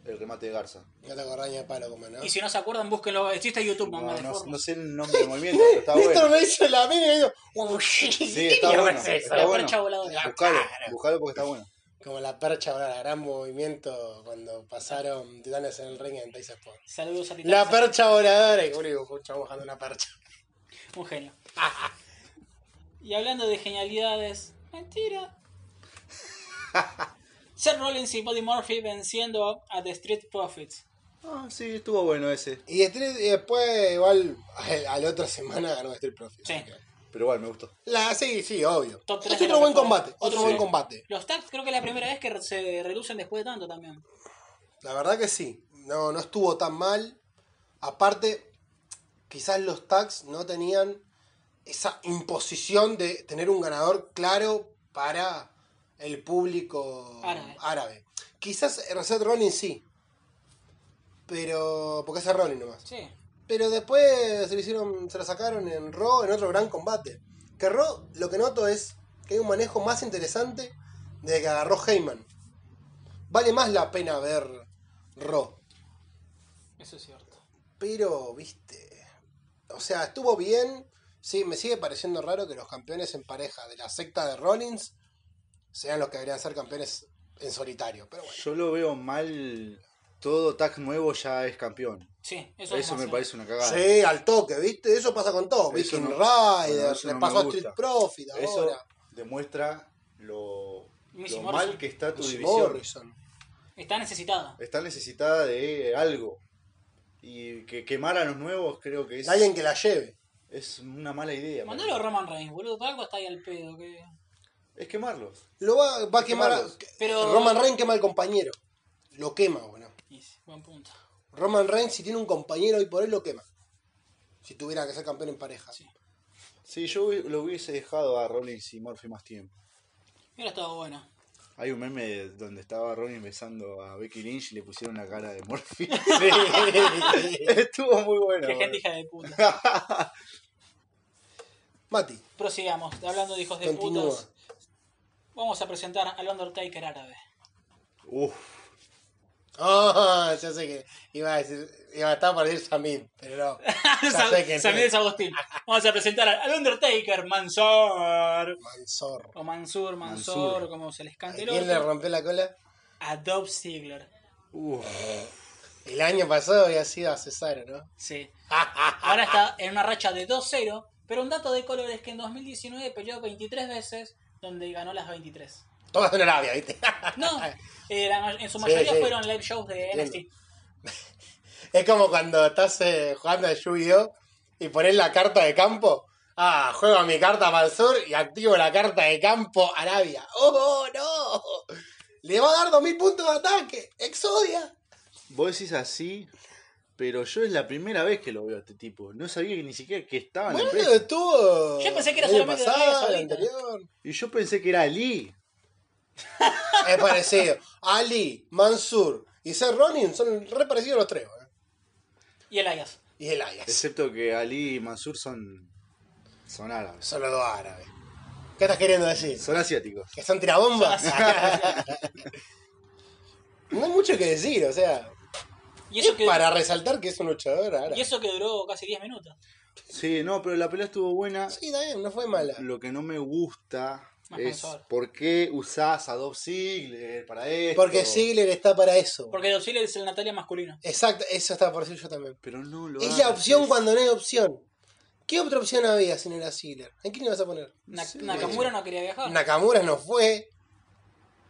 Speaker 4: el remate de Garza.
Speaker 3: No te acordás ni de palo como no.
Speaker 1: Y si no se acuerdan, búsquenlo. Existe YouTube,
Speaker 4: Ah. No,
Speaker 1: mamá. de
Speaker 4: no-
Speaker 1: forma.
Speaker 4: no sé el nombre del movimiento, pero
Speaker 1: <laughs>
Speaker 4: está
Speaker 3: Néstor
Speaker 4: bueno.
Speaker 3: me hizo la mina y digo, "Uy,
Speaker 4: Sí, está
Speaker 3: ¿qué
Speaker 4: bueno.
Speaker 3: es
Speaker 4: Está
Speaker 1: La
Speaker 3: eso?".
Speaker 4: bueno.
Speaker 1: percha voladora.
Speaker 4: Buscalo, buscalo porque está bueno.
Speaker 3: Como la percha ahora, gran movimiento cuando pasaron titanes en el ring en Dice Sport.
Speaker 1: Saludos a Titán.
Speaker 3: La percha voladora, y como le digo, "Uy, estamos bajando una percha.
Speaker 1: Un genio. <laughs> y hablando de genialidades.
Speaker 4: <laughs>
Speaker 1: Mentira. Seth Rollins y Buddy Murphy venciendo a The Street Profits.
Speaker 4: Ah, sí, estuvo bueno ese.
Speaker 3: Y, Street- y después, igual, al, al otra semana ganó Street Profit.
Speaker 1: Sí.
Speaker 3: así que-
Speaker 4: Pero igual, me gustó.
Speaker 3: La, sí, sí, obvio.
Speaker 1: Top
Speaker 3: Es
Speaker 1: tres de
Speaker 3: otro
Speaker 1: la
Speaker 3: buen
Speaker 1: temporada.
Speaker 3: combate, otro
Speaker 1: Sí.
Speaker 3: buen combate.
Speaker 1: Los tags creo que es la primera vez que se relucen después de tanto también.
Speaker 3: La verdad que sí. No, no estuvo tan mal. Aparte, quizás los tags no tenían esa imposición de tener un ganador claro para el público
Speaker 1: Árabe.
Speaker 3: árabe. Quizás Reset Rollins sí. Pero. Porque es Rollins nomás.
Speaker 1: Sí.
Speaker 3: Pero después se lo hicieron, se lo sacaron en Raw en otro gran combate. Que Raw lo que noto es que hay un manejo más interesante desde que agarró Heyman. Vale más la pena ver Raw.
Speaker 1: Eso es cierto.
Speaker 3: Pero, viste. O sea, estuvo bien. Sí, me sigue pareciendo raro que los campeones en pareja de la secta de Rollins sean los que deberían ser campeones en solitario. Pero bueno.
Speaker 4: Yo lo veo mal. Todo tag nuevo ya es campeón.
Speaker 1: Sí, eso, es
Speaker 4: Eso, me
Speaker 1: demasiado.
Speaker 4: parece una cagada.
Speaker 3: Sí, al toque, ¿viste? Eso pasa con todo.
Speaker 4: Eso
Speaker 3: Viking
Speaker 4: no- bueno,
Speaker 3: Riders,
Speaker 4: eso
Speaker 3: le
Speaker 4: no me
Speaker 3: pasó a
Speaker 4: gusta.
Speaker 3: Street Profit ahora.
Speaker 4: Eso demuestra lo,
Speaker 1: Missy
Speaker 4: lo
Speaker 1: Morrison.
Speaker 4: mal que está tu
Speaker 3: Jim
Speaker 4: división.
Speaker 3: Morrison.
Speaker 1: Está necesitada.
Speaker 4: Está necesitada de algo. Y que quemar a los nuevos creo que es,
Speaker 3: Alguien que la lleve.
Speaker 4: es una mala idea. para
Speaker 1: Mandalo a
Speaker 4: mí.
Speaker 1: Roman Reigns, boludo. Por algo está ahí al pedo. Que...
Speaker 4: Es quemarlos.
Speaker 3: Lo va, va a quemar. a-
Speaker 4: Quemarlos.
Speaker 1: Pero-
Speaker 3: Roman Reigns quema al compañero. Lo quema, bueno.
Speaker 1: Y sí, Buen punto.
Speaker 3: Roman Reigns, si tiene un compañero hoy por hoy, lo quema. Si tuviera que ser campeón en pareja.
Speaker 1: Sí.
Speaker 4: Sí, yo hubi- lo hubiese dejado a Rollins y Murphy más tiempo.
Speaker 1: Mira, estado bueno.
Speaker 4: Hay un meme donde estaba Rollins besando a Becky Lynch y le pusieron la cara de
Speaker 1: <laughs>
Speaker 4: Murphy. <laughs> Estuvo muy bueno.
Speaker 1: Qué gente
Speaker 4: boludo.
Speaker 1: hija de puta.
Speaker 4: <laughs>
Speaker 3: Mati,
Speaker 1: Prosigamos. Hablando de hijos de
Speaker 3: Continúa.
Speaker 1: putas. Vamos a presentar al Undertaker árabe.
Speaker 4: Uf,
Speaker 3: <laughs> Ah, ya sé que iba a decir, iba a estar para decir Samir, pero
Speaker 1: <laughs>
Speaker 3: no. Ya sé que
Speaker 1: San Miguel Agustín. Vamos a presentar al Undertaker, Mansor.
Speaker 3: Mansor.
Speaker 1: O Mansur, Mansor,
Speaker 4: Mansur.
Speaker 1: como se les
Speaker 3: ¿A
Speaker 1: cante el
Speaker 3: quién le
Speaker 1: otro.
Speaker 3: rompió la cola?
Speaker 1: A Dolph Ziggler.
Speaker 4: uf.
Speaker 3: El año pasado había sido a Cesaro, ¿no? <laughs>
Speaker 1: Sí.
Speaker 3: Ah,
Speaker 1: Ahora está en una racha de 2-0. Pero un dato de color es que en 2019 peleó 23 veces, donde ganó las 23.
Speaker 3: Todas en Arabia, ¿viste? <laughs>
Speaker 1: No, eh, la ma- en su
Speaker 3: Sí,
Speaker 1: mayoría
Speaker 3: sí.
Speaker 1: fueron live shows de NXT.
Speaker 3: Entiendo. Es como cuando estás eh, jugando a Yu-Gi-Oh! y pones la carta de campo. Ah, juego mi carta para el sur y activo la carta de campo Arabia. ¡Oh, no! Le va a dar 2000 puntos de ataque. ¡Exodia!
Speaker 4: Vos decís así, pero yo es la primera vez que lo veo a este tipo. No sabía que ni siquiera que estaba en Ah, la
Speaker 3: Bueno,
Speaker 4: empresa.
Speaker 3: estuvo.
Speaker 1: Yo pensé que era
Speaker 3: el año
Speaker 1: solamente de Arabia
Speaker 3: pasado, el
Speaker 1: Saudita.
Speaker 3: anterior.
Speaker 4: Y yo pensé que era Ali.
Speaker 3: Es parecido. Ali, Mansur y Seth Rollins son re parecidos los tres. ¿eh?
Speaker 1: Y el Ayas.
Speaker 3: Y el Ayas.
Speaker 4: Excepto que Ali y Mansur son. son árabes.
Speaker 3: Son los dos árabes. ¿Qué estás queriendo decir?
Speaker 4: Son asiáticos.
Speaker 3: ¿Que son tirabombas? <laughs> no hay mucho que decir, o sea.
Speaker 1: Y eso,
Speaker 3: es
Speaker 1: que,
Speaker 3: para resaltar que es un luchador ahora.
Speaker 1: y eso que duró casi 10 minutos.
Speaker 4: Sí, no, pero la pelea estuvo buena.
Speaker 3: Sí, está bien, no fue mala.
Speaker 4: Lo que no me gusta
Speaker 1: Más
Speaker 4: es
Speaker 1: conservador.
Speaker 4: por qué usás a Dolph Ziggler para esto.
Speaker 3: Porque Ziggler está para eso.
Speaker 1: Porque Dolph Ziggler es el Natalia masculino.
Speaker 3: Exacto, eso está por decir yo también.
Speaker 4: Pero no lo
Speaker 3: es la
Speaker 4: hagas,
Speaker 3: opción
Speaker 4: es-
Speaker 3: cuando no hay opción. ¿Qué otra opción había si no era Ziggler? ¿A quién le vas a poner?
Speaker 1: Na-
Speaker 4: Sí.
Speaker 1: Nakamura no quería viajar.
Speaker 3: Nakamura no fue,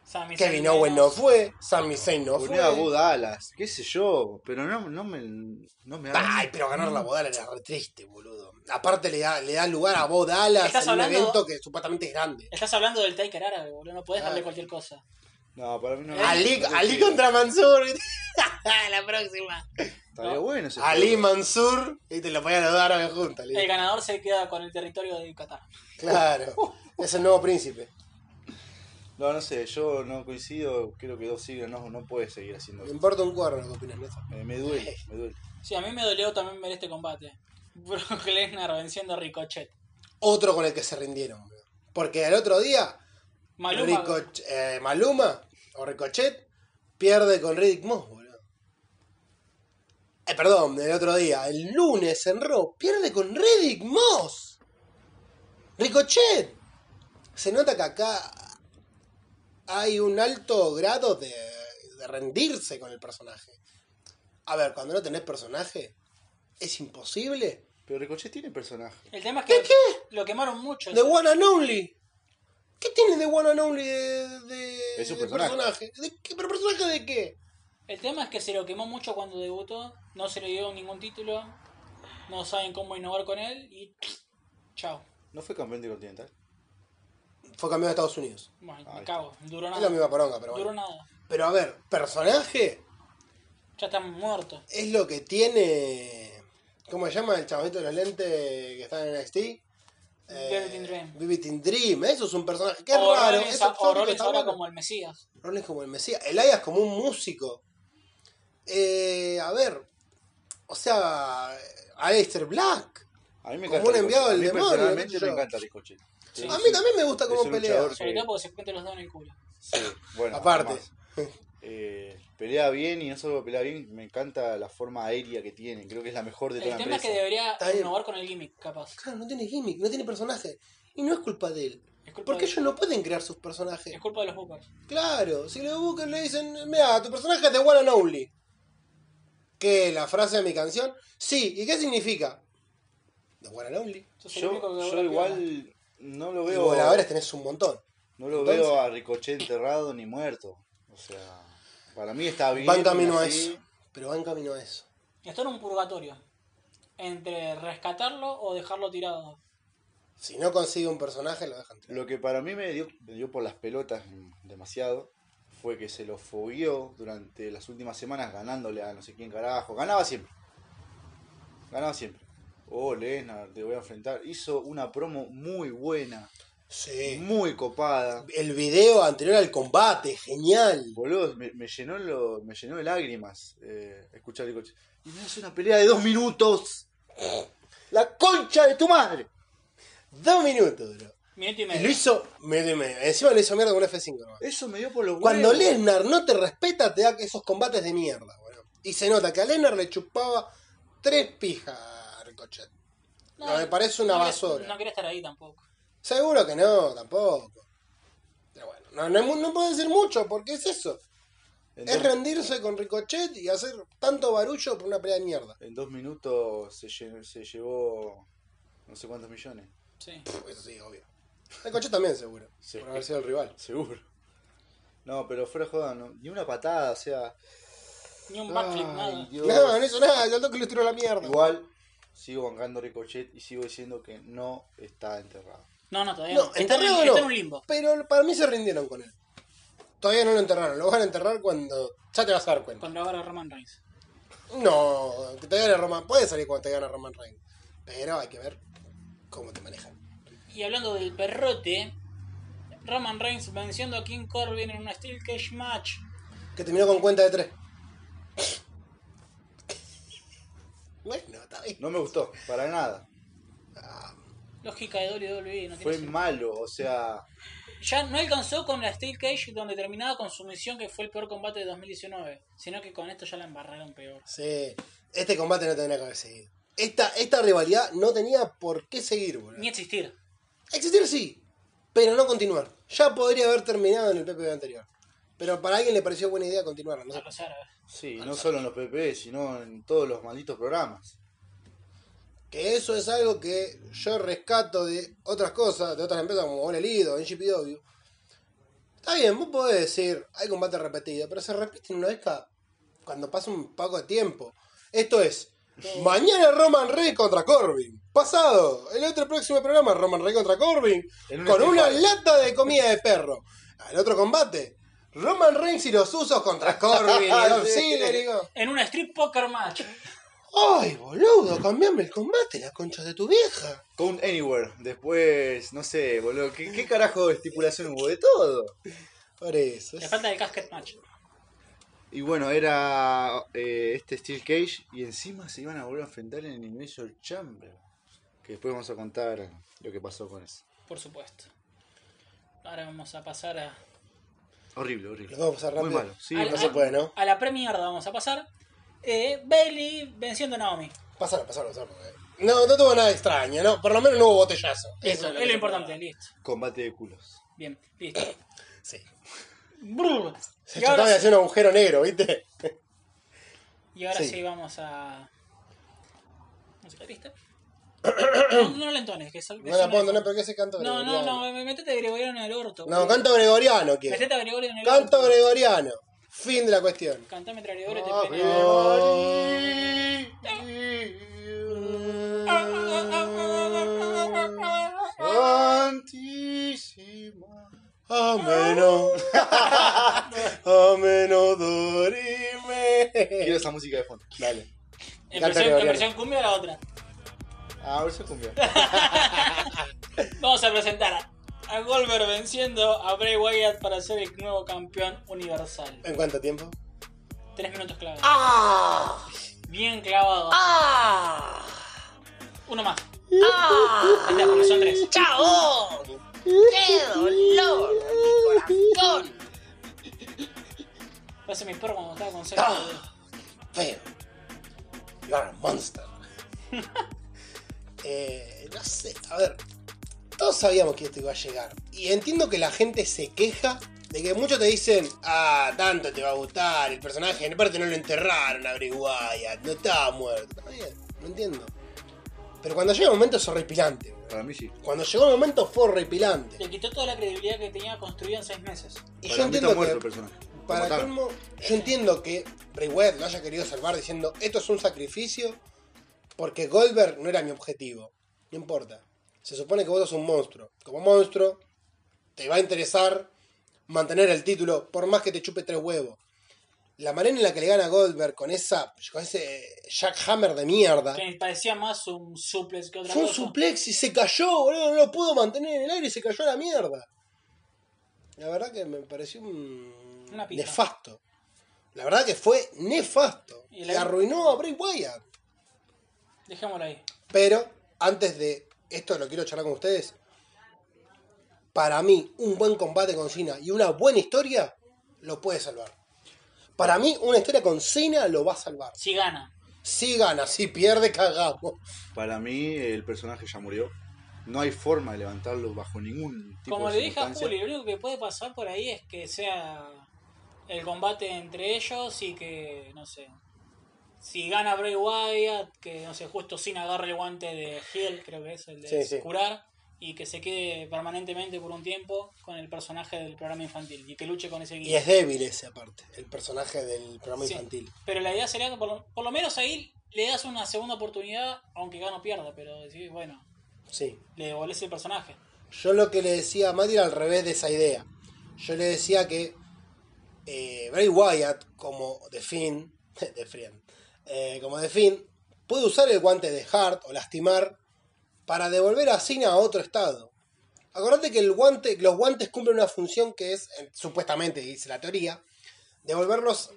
Speaker 1: Sami
Speaker 3: Kevin
Speaker 1: Zayn
Speaker 3: Owen no
Speaker 1: menos.
Speaker 3: fue, Sami Zayn no
Speaker 4: Poné a Bo
Speaker 3: fue.
Speaker 4: Dallas, qué sé yo, pero no, no me, no me hagas-
Speaker 3: Ay, pero ganar la bodala era re triste, boludo. Aparte le da, le da lugar a Bodala
Speaker 1: ¿Estás
Speaker 3: en un
Speaker 1: hablando-
Speaker 3: evento que supuestamente es grande.
Speaker 1: Estás hablando del Taker árabe, boludo. No podés darle
Speaker 3: Ah.
Speaker 1: cualquier
Speaker 3: <laughs>
Speaker 1: cosa.
Speaker 4: No, para mí no.
Speaker 3: Ali,
Speaker 4: no te
Speaker 3: Ali
Speaker 4: quiero.
Speaker 3: contra Mansur. Ah,
Speaker 1: la próxima.
Speaker 4: Estaría
Speaker 1: ¿no?
Speaker 4: bueno ese
Speaker 3: Ali
Speaker 4: juego.
Speaker 3: Mansur. Y te lo ponían los dos árabes juntos. Ali.
Speaker 1: El ganador se queda con el territorio de Qatar.
Speaker 3: Claro. Es el nuevo príncipe.
Speaker 4: No, no sé, yo no coincido, creo que dos siglos no, no puede seguir haciendo
Speaker 3: Me
Speaker 4: esto.
Speaker 3: importa un cuerno lo que opinas, ¿no?
Speaker 4: Eh, me duele, me duele.
Speaker 1: Sí, a mí me dolió también ver este combate. <laughs> Brock Lesnar venciendo a Ricochet.
Speaker 3: Otro con el que se rindieron. boludo. Porque el otro día,
Speaker 1: Maluma.
Speaker 3: Ricoch- eh, Maluma o Ricochet pierde con Riddick Moss, boludo. Eh, perdón, el otro día, el lunes en Raw, pierde con Riddick Moss. Ricochet. Se nota que acá hay un alto grado de, de rendirse con el personaje. A ver, cuando no tenés personaje, es imposible.
Speaker 4: Pero Ricochet tiene personaje.
Speaker 1: El tema es
Speaker 3: ¿De
Speaker 1: que
Speaker 3: qué?
Speaker 1: lo quemaron mucho.
Speaker 3: The One and Only. ¿Qué tiene de One and Only de, de-
Speaker 4: Es un
Speaker 3: de
Speaker 4: personaje.
Speaker 3: ¿De qué? ¿Pero personaje de qué?
Speaker 1: El tema es que se lo quemó mucho cuando debutó. No se le dio ningún título. No saben cómo innovar con él. Y chao.
Speaker 4: ¿No fue campeón de continental?
Speaker 3: Fue campeón de Estados Unidos.
Speaker 1: Bueno,
Speaker 4: Ahí
Speaker 1: me
Speaker 4: está.
Speaker 1: cago. Duró
Speaker 3: Es la misma
Speaker 1: nada.
Speaker 3: poronga, pero
Speaker 1: Duró
Speaker 3: bueno.
Speaker 1: nada.
Speaker 3: Pero a ver, personaje
Speaker 1: Ya están muertos.
Speaker 3: es lo que tiene. ¿Cómo se llama el chavito de los lentes que está en NXT?
Speaker 1: Velvet in Dream.
Speaker 3: Vivid in Dream. Eso es un personaje que es
Speaker 1: O
Speaker 3: raro.
Speaker 1: Rollins,
Speaker 3: eso es
Speaker 1: o
Speaker 3: algo que
Speaker 1: Rollins
Speaker 3: está
Speaker 1: ahora
Speaker 3: bueno.
Speaker 1: como el Mesías.
Speaker 3: Rollins como el Mesías. Elias como un músico. Eh, a ver. O sea, Aleister Black.
Speaker 4: A mí me
Speaker 3: Como
Speaker 4: encanta.
Speaker 3: un enviado
Speaker 4: Ricochet.
Speaker 3: del
Speaker 4: A mí
Speaker 3: demonio,
Speaker 4: Personalmente
Speaker 3: qué sé
Speaker 4: me
Speaker 3: yo.
Speaker 4: encanta Ricochet.
Speaker 1: Sí.
Speaker 3: A mí también me gusta cómo
Speaker 4: Es un
Speaker 3: pelea.
Speaker 4: luchador
Speaker 1: Sobre
Speaker 4: que-
Speaker 1: todo porque se meten los dos en el culo.
Speaker 4: Sí, bueno,
Speaker 3: Aparte.
Speaker 4: además, eh, pelea bien y no solo pelea bien, me encanta la forma aérea que tiene. Creo que es la mejor de toda
Speaker 1: El
Speaker 4: la
Speaker 1: tema es
Speaker 4: empresa.
Speaker 1: que debería
Speaker 3: Está bien.
Speaker 1: innovar con el gimmick, capaz.
Speaker 3: Claro, no tiene gimmick, no tiene personaje. Y no es culpa de él.
Speaker 1: Es culpa
Speaker 3: Porque
Speaker 1: de-
Speaker 3: ellos no pueden crear sus personajes.
Speaker 1: Es culpa de los bookers.
Speaker 3: Claro, si lo buscan le dicen, mira, tu personaje es de One and Only. ¿Qué? ¿La frase de mi canción? Sí, ¿y qué significa? De One and Only.
Speaker 1: Sos el
Speaker 4: Yo,
Speaker 1: único que
Speaker 4: yo
Speaker 1: dobla pierna.
Speaker 4: igual no lo
Speaker 3: Y
Speaker 4: veo.
Speaker 3: voladores tenés un montón.
Speaker 4: No lo
Speaker 3: Entonces-
Speaker 4: veo a Ricochet enterrado ni muerto. O sea, para mí está bien.
Speaker 3: Van camino a
Speaker 4: así.
Speaker 3: eso. Pero van camino a eso.
Speaker 1: Está en un purgatorio. Entre rescatarlo o dejarlo tirado.
Speaker 3: Si no consigue un personaje, lo dejan tirar.
Speaker 4: Lo que para mí me dio, me dio por las pelotas demasiado fue que se lo fogueó durante las últimas semanas ganándole a no sé quién carajo. Ganaba siempre. Ganaba siempre. Oh, Lesnar, te voy a enfrentar. Hizo una promo muy buena,
Speaker 3: Sí.
Speaker 4: muy copada.
Speaker 3: El video anterior al combate, genial.
Speaker 4: Boludo, me, me llenó, lo, me llenó de lágrimas eh, escuchar Ricochet. Y me hace una pelea de dos minutos. La concha de tu madre.
Speaker 3: Dos minutos, bro.
Speaker 1: Minuto y
Speaker 3: Y lo
Speaker 1: medio.
Speaker 3: hizo medio y medio. Encima lo hizo mierda con un F5. ¿no?
Speaker 4: Eso me dio por los
Speaker 3: Cuando
Speaker 4: huevos.
Speaker 3: Lesnar no te respeta, te da esos combates de mierda, boludo. Y se nota que a Lesnar le chupaba tres pijas a Ricochet. No, me parece una
Speaker 1: no quería-
Speaker 3: basura.
Speaker 1: No quería estar ahí tampoco.
Speaker 3: Seguro que no, tampoco. Pero bueno, no, no, hay mu- no puedo decir mucho porque es eso.
Speaker 4: En
Speaker 3: Es
Speaker 4: dos-
Speaker 3: rendirse con Ricochet y hacer tanto barullo por una pelea de mierda.
Speaker 4: En dos minutos se, lle- se llevó no sé cuántos millones.
Speaker 1: Sí.
Speaker 3: Pff, eso sí, obvio. Ricochet también, seguro.
Speaker 4: Sí.
Speaker 3: Por haber sido el rival.
Speaker 4: Seguro. No, pero fuera de joda, no- ni una patada, o sea.
Speaker 1: Ni un backflip,
Speaker 4: ay,
Speaker 1: nada.
Speaker 4: Dios.
Speaker 3: No, no hizo nada, yo al toque le tiró la mierda.
Speaker 4: Igual sigo bancando Ricochet y sigo diciendo que no está enterrado.
Speaker 1: No, no, todavía
Speaker 3: No,
Speaker 1: no. Está, en-
Speaker 3: enterrado
Speaker 1: está
Speaker 3: no.
Speaker 1: en un limbo.
Speaker 3: Pero para mí se rindieron con él. Todavía no lo enterraron, lo van a enterrar cuando. Ya te vas a dar cuenta.
Speaker 1: Cuando agarra Roman Reigns.
Speaker 3: No, que te gane Roman. Puede salir cuando te gane Roman Reigns. Pero hay que ver cómo te manejan.
Speaker 1: Y hablando del perrote, Roman Reigns venciendo a King Corbin en un Steel Cage Match.
Speaker 3: Que terminó con cuenta de tres. <laughs> Bueno, está bien.
Speaker 4: No me gustó, para nada.
Speaker 1: Lógica de WWE, no tiene
Speaker 4: Fue
Speaker 1: sentido.
Speaker 4: malo, o sea.
Speaker 1: Ya no alcanzó con la Steel Cage donde terminaba con su misión que fue el peor combate de 2019, sino que con esto ya la embarraron peor.
Speaker 3: Sí, este combate no tendría que haber seguido. esta, esta rivalidad no tenía por qué seguir, boludo.
Speaker 1: Ni existir.
Speaker 3: Existir sí, pero no continuar. Ya podría haber terminado en el PPV anterior. Pero para alguien le pareció buena idea continuarla. No sé.
Speaker 1: A pasar, a ver.
Speaker 4: Sí, no solo en los PPE, sino en todos los malditos programas.
Speaker 3: Que eso es algo que yo rescato de otras cosas, de otras empresas como Ole Lido, NGPW. Está bien, vos podés decir, hay combate repetido, pero se repiten una vez cada, cuando pasa un poco de tiempo. Esto es, mañana Roman Reigns contra Corbin. Pasado, el otro próximo programa, Roman Reigns contra Corbin,
Speaker 4: El lunes
Speaker 3: con
Speaker 4: que
Speaker 3: una
Speaker 4: sale.
Speaker 3: lata de comida de perro. Al otro combate, Roman Reigns y los usos contra Corbin. y Dolph Ziggler, y digo,
Speaker 1: En una street poker
Speaker 3: <laughs>
Speaker 1: match.
Speaker 3: ¡Ay, boludo! Cambiame el combate, la concha de tu vieja.
Speaker 4: Count Anywhere. Después, no sé, boludo. ¿Qué, qué carajo de estipulación hubo? De todo.
Speaker 3: Por eso.
Speaker 1: Le falta el casket match.
Speaker 4: Y bueno, era eh, este Steel Cage. Y encima se iban a volver a enfrentar en el Elimination Chamber. Que después vamos a contar lo que pasó con eso.
Speaker 1: Por supuesto. Ahora vamos a pasar a.
Speaker 4: Horrible, horrible.
Speaker 3: Lo vamos a
Speaker 4: Muy
Speaker 3: rápido.
Speaker 4: malo. Sí,
Speaker 1: a,
Speaker 3: no se
Speaker 1: a-
Speaker 3: puede, ¿no?
Speaker 1: A la premierda vamos a pasar. Eh, Bailey venciendo a Naomi.
Speaker 3: Pasalo, pasalo, pasalo. porque- No, no tuvo nada extraño, ¿no? Por lo menos no hubo botellazo.
Speaker 1: Eso,
Speaker 3: que
Speaker 1: es
Speaker 3: se
Speaker 1: lo importante,
Speaker 3: puede.
Speaker 1: listo.
Speaker 4: combate de culos.
Speaker 1: Bien, listo. <coughs>
Speaker 3: Sí.
Speaker 1: Brr.
Speaker 3: Se
Speaker 1: y
Speaker 3: trataba de
Speaker 1: ahora,
Speaker 3: hacer un agujero negro, ¿viste?
Speaker 1: y ahora
Speaker 3: Sí.
Speaker 1: sí. vamos
Speaker 3: <coughs>
Speaker 1: a. Musicalista. No, no la entones, que es algo.
Speaker 3: No la pongo, no, pero ¿qué se canta
Speaker 1: No, no,
Speaker 3: gregoriano?
Speaker 1: no, me- metete a Gregoriano en el orto.
Speaker 3: No,
Speaker 1: boludo.
Speaker 3: canto gregoriano, quiero.
Speaker 1: Metete a Gregorio en el
Speaker 3: Canto
Speaker 1: orto.
Speaker 3: gregoriano. Fin de la cuestión.
Speaker 1: Cantame entre Gregorio
Speaker 4: Ah,
Speaker 1: y te peleo.
Speaker 4: Gloria Santísima.
Speaker 3: A
Speaker 1: <laughs>
Speaker 3: <laughs> menos. A menos dorime.
Speaker 4: Quiero esa música de fondo.
Speaker 3: Dale.
Speaker 1: En
Speaker 3: Canta
Speaker 1: versión, en
Speaker 3: Gregoriano.
Speaker 1: versión cumbia o la otra.
Speaker 4: Ah, ahora se cumbia.
Speaker 1: Vamos a presentar a- a Goldberg venciendo a Bray Wyatt para ser el nuevo campeón universal.
Speaker 3: ¿En cuánto tiempo?
Speaker 1: Tres minutos clave.
Speaker 3: ¡Ah!
Speaker 1: Bien clavado.
Speaker 3: ¡Ah!
Speaker 1: Uno más.
Speaker 5: ¡Ah!
Speaker 1: Ahí está, porque son tres.
Speaker 5: ¡Chabón! ¡Qué dolor! a Mi corazón.
Speaker 1: Pase mi perro cuando estaba con sexo.
Speaker 3: Ah.
Speaker 1: boludo.
Speaker 3: Feo. You are a monster. <laughs> Eh, no sé, a ver. Todos sabíamos que esto iba a llegar. Y entiendo que la gente se queja de que muchos te dicen, ah, tanto te va a gustar el personaje. En parte no lo enterraron a Bray Wyatt, no estaba muerto. Está bien, no entiendo. Pero cuando llega el momento es horripilante.
Speaker 4: Para mí sí.
Speaker 3: Cuando llegó el momento fue horripilante.
Speaker 1: Le quitó toda la credibilidad que tenía construida en seis meses.
Speaker 3: Y
Speaker 4: Para
Speaker 3: yo
Speaker 4: mí está
Speaker 3: entiendo que-
Speaker 4: muerto el personaje. Lo
Speaker 3: Para
Speaker 4: mataron.
Speaker 3: colmo, yo entiendo que Bray Wyatt lo haya querido salvar diciendo esto es un sacrificio porque Goldberg no era mi objetivo. No importa. Se supone que vos sos un monstruo. Como monstruo, te va a interesar mantener el título por más que te chupe tres huevos. La manera en la que le gana Goldberg con esa con ese jackhammer de mierda.
Speaker 1: Que parecía más un suplex que otra
Speaker 3: Fue un
Speaker 1: cosa.
Speaker 3: suplex y se cayó, boludo. No lo pudo mantener en el aire y se cayó a la mierda. La verdad que me pareció un...
Speaker 1: Una pija.
Speaker 3: nefasto. La verdad que fue nefasto.
Speaker 1: Y
Speaker 3: Y
Speaker 1: la-
Speaker 3: arruinó a Bray Wyatt.
Speaker 1: Dejémoslo ahí.
Speaker 3: Pero antes de esto lo quiero charlar con ustedes. Para mí, un buen combate con Cena y una buena historia lo puede salvar. Para mí, una historia con Cena lo va a salvar.
Speaker 1: Si gana.
Speaker 3: Si gana, si pierde, cagamos.
Speaker 4: Para mí el personaje ya murió. No hay forma de levantarlo bajo ningún tipo
Speaker 1: Como
Speaker 4: de
Speaker 1: le dije a
Speaker 4: circunstancia.
Speaker 1: Juli, lo único que puede pasar por ahí es que sea el combate entre ellos y que, no sé, si gana Bray Wyatt, que, no sé, justo sin agarre el guante de Hill, creo que es el de
Speaker 3: Sí, sí.
Speaker 1: curar, y que se quede permanentemente por un tiempo con el personaje del programa infantil y que luche con ese
Speaker 3: Y es débil ese aparte, el personaje del programa
Speaker 1: Sí.
Speaker 3: infantil.
Speaker 1: Pero la idea sería que por lo, por lo menos ahí le das una segunda oportunidad, aunque gano o pierda, pero decís, bueno,
Speaker 3: Sí.
Speaker 1: le devolvés el personaje.
Speaker 3: Yo lo que le decía a Mati era al revés de esa idea. Yo le decía que eh, Bray Wyatt, como The Finn, <laughs> The Friend, eh, como The Finn, puede usar el guante de Hart o lastimar para devolver a Cena a otro estado. Acordate que el guante, los guantes cumplen una función que es, eh, supuestamente, dice la teoría, devolverlos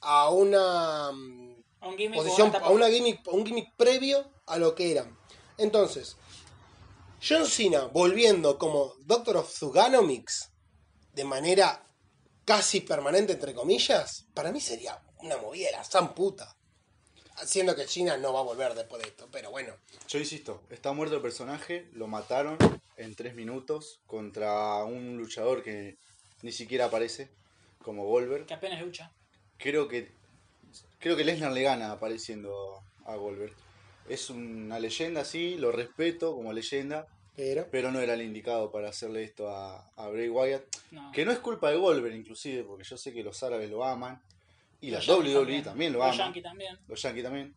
Speaker 3: a una mm,
Speaker 1: A un gimmick o
Speaker 3: posición,
Speaker 1: una etapa.
Speaker 3: a, una gimmick, a un gimmick previo a lo que eran. Entonces, John Cena volviendo como Doctor of Zuganomics de manera casi permanente, entre comillas, para mí sería una movida de la san puta. siendo que China no va a volver después de esto, pero bueno.
Speaker 4: Yo insisto, está muerto el personaje, lo mataron en tres minutos contra un luchador que ni siquiera aparece, como Volver.
Speaker 1: Que apenas lucha.
Speaker 4: Creo que creo que Lesnar le gana apareciendo a Volver. Es una leyenda, sí, lo respeto como leyenda,
Speaker 3: Pero.
Speaker 4: pero no era el indicado para hacerle esto a, a Bray Wyatt.
Speaker 1: No.
Speaker 4: Que no es culpa de Volver, inclusive, porque yo sé que los árabes lo aman. Y la
Speaker 1: Los
Speaker 4: WWE
Speaker 1: Yankees
Speaker 3: E
Speaker 4: también, lo
Speaker 1: Los
Speaker 4: aman.
Speaker 1: Yankees también.
Speaker 4: Los Yankees también.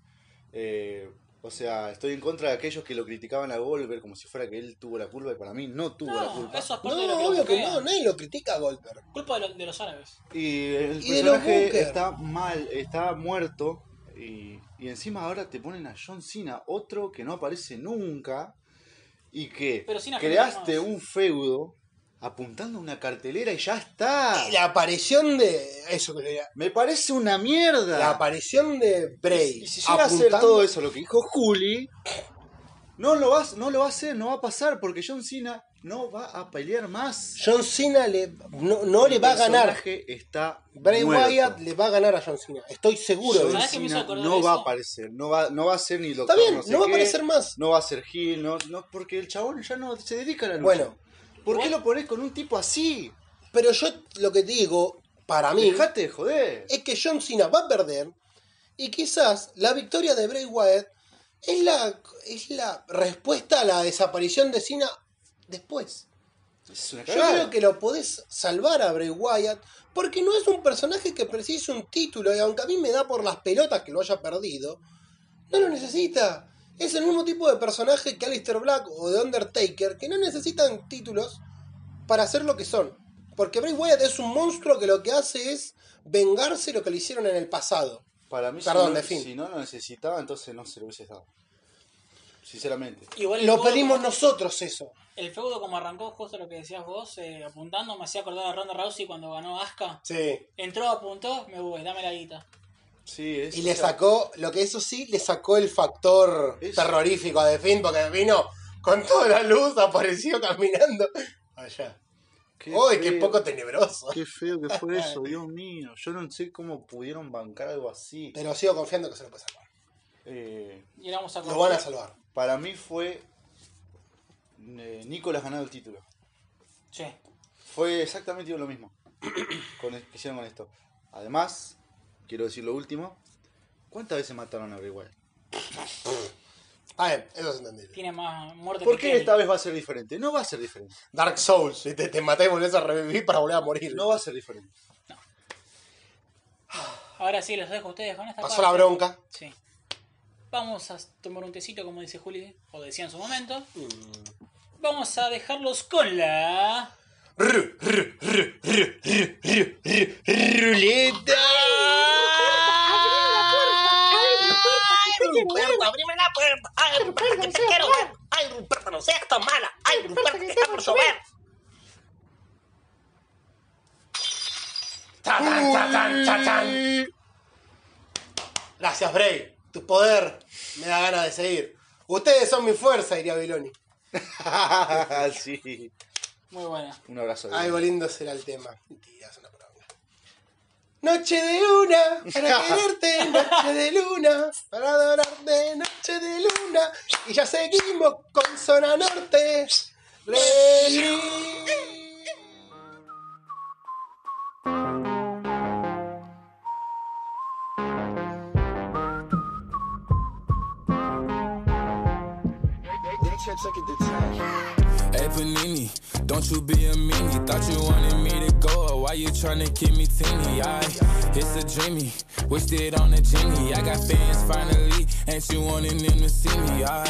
Speaker 4: Eh, o sea, estoy en contra de aquellos que lo criticaban a Volver como si fuera que él tuvo la culpa y para mí no tuvo la
Speaker 1: No,
Speaker 4: culpa.
Speaker 1: eso es parte de lo que
Speaker 3: No,
Speaker 1: lo
Speaker 3: obvio que
Speaker 1: buquean.
Speaker 3: no, nadie lo critica a Goldberg.
Speaker 1: Culpa de, lo- de los árabes.
Speaker 4: Y el
Speaker 3: Y de los Booker.
Speaker 4: personaje está mal, está muerto. Y, y encima ahora te ponen a John Cena, otro que no aparece nunca. Y que
Speaker 1: Pero Cena
Speaker 4: creaste
Speaker 1: generó más.
Speaker 4: un feudo apuntando a una cartelera y ya está.
Speaker 3: Y la aparición de. Eso que quería.
Speaker 4: Me parece una mierda.
Speaker 3: La aparición de Bray.
Speaker 4: Y si llega a hacer
Speaker 3: apuntando-
Speaker 4: todo eso, lo que dijo Juli, no lo, va, no lo va a hacer, no va a pasar, porque John Cena no va a pelear más.
Speaker 3: John Cena le, no, no le
Speaker 4: El
Speaker 3: va a ganar.
Speaker 4: personaje está
Speaker 3: Bray
Speaker 4: muerto.
Speaker 3: Wyatt le va a ganar a John Cena. Estoy seguro.
Speaker 4: John
Speaker 3: de
Speaker 1: ¿Sabés
Speaker 3: eso.
Speaker 1: qué me hizo
Speaker 4: Cena
Speaker 1: acordar
Speaker 4: no
Speaker 1: de
Speaker 4: va a
Speaker 1: eso?
Speaker 4: aparecer, no va, no va a ser ni doctor
Speaker 3: Está bien,
Speaker 4: no, sé
Speaker 3: no va a
Speaker 4: qué,
Speaker 3: aparecer más.
Speaker 4: No va a ser Gil, no, no, porque el chabón ya no se dedica a la lucha.
Speaker 3: Bueno.
Speaker 4: ¿por qué lo ponés con un tipo así?
Speaker 3: Pero yo lo que digo, para mí,
Speaker 4: Dejate de joder.
Speaker 3: es que John Cena va a perder. Y quizás la victoria de Bray Wyatt es la, es la respuesta a la desaparición de Cena después.
Speaker 4: Es una
Speaker 3: Yo
Speaker 4: cagada.
Speaker 3: creo que lo podés salvar a Bray Wyatt porque no es un personaje que precise un título y aunque a mí me da por las pelotas que lo haya perdido, no lo necesita. Es el mismo tipo de personaje que Alistair Black o The Undertaker que no necesitan títulos para ser lo que son. Porque Bray Wyatt es un monstruo que lo que hace es vengarse lo que le hicieron en el pasado.
Speaker 4: Para mí,
Speaker 3: Perdón,
Speaker 4: si, no,
Speaker 3: de fin.
Speaker 4: si no lo necesitaba, entonces no se lo hubiese dado. Sinceramente.
Speaker 1: Igual el
Speaker 3: Lo
Speaker 1: feudo
Speaker 3: pedimos
Speaker 1: como-
Speaker 3: nosotros eso.
Speaker 1: El feudo como arrancó justo lo que decías vos, eh, apuntando, me hacía acordar a Ronda Rousey cuando ganó Asuka.
Speaker 3: Sí.
Speaker 1: Entró, apuntó, me voy, dame la guita.
Speaker 4: Sí, es,
Speaker 3: Y le
Speaker 4: o sea,
Speaker 3: sacó, lo que eso sí, le sacó el factor
Speaker 4: Eso.
Speaker 3: terrorífico a The Finn, porque vino con toda la luz, apareció caminando allá. ¡Uy, Oh, qué
Speaker 4: feo,
Speaker 3: poco tenebroso!
Speaker 4: <laughs> Qué feo que fue
Speaker 3: <laughs>
Speaker 4: eso, Dios mío. Yo no sé cómo pudieron bancar algo así.
Speaker 3: Pero sigo confiando que se lo puede salvar.
Speaker 4: Eh,
Speaker 1: Y ahora vamos a
Speaker 3: Lo van a
Speaker 1: cortar.
Speaker 3: salvar.
Speaker 4: para mí fue. eh, Nicolás ganado el título.
Speaker 1: Sí.
Speaker 4: Fue exactamente lo mismo <clears throat> con el- que hicieron con esto. Además, quiero decir lo último: ¿cuántas veces mataron a Bray Wyatt?
Speaker 3: Está bien, eso es entendible.
Speaker 1: Tiene más muerte
Speaker 4: ¿Por
Speaker 1: que
Speaker 4: qué
Speaker 1: Kenny.
Speaker 4: esta vez va a ser diferente? No va a ser diferente.
Speaker 3: Dark Souls, ¿viste? te maté y volvés a revivir para volver a morir.
Speaker 4: No va a ser
Speaker 3: <laughs>
Speaker 4: diferente.
Speaker 1: Ahora sí, los dejo a ustedes con esta
Speaker 3: Pasó
Speaker 1: parte.
Speaker 3: la bronca.
Speaker 1: Sí. Vamos a tomar un tecito, como dice Juli, o decía en su momento.
Speaker 3: Mm.
Speaker 1: Vamos a dejarlos con la...
Speaker 3: Ru, ru, ru, ru, ru, ru, ru, ¡Ruleta!
Speaker 5: Ay, Ruperto, abrime la puerta. Ay, Ruperto, que te quiero ver. Ay, Ruperto, no seas tan mala. Ay, Ruperto, que está por llover.
Speaker 3: ¡Tatán, tatán, tatán! Gracias, Bray. Tu poder me da ganas de seguir. Ustedes son mi fuerza, diría Biloni. Ah, <laughs>
Speaker 4: sí.
Speaker 1: Muy buena.
Speaker 4: Un abrazo.
Speaker 3: Algo lindo será el tema. Mentira, es una poronga. Noche de luna,
Speaker 1: <laughs>
Speaker 3: para quererte, noche de luna, para adorarte, noche de luna. Y ya seguimos con Zona Norte. Reli.
Speaker 6: Hey Panini, don't you be a meanie. Thought you wanted me to go. Why you tryna keep me teeny? I it's a dreamy, wished it on a genie. I got fans finally, and you wanting them to see me. I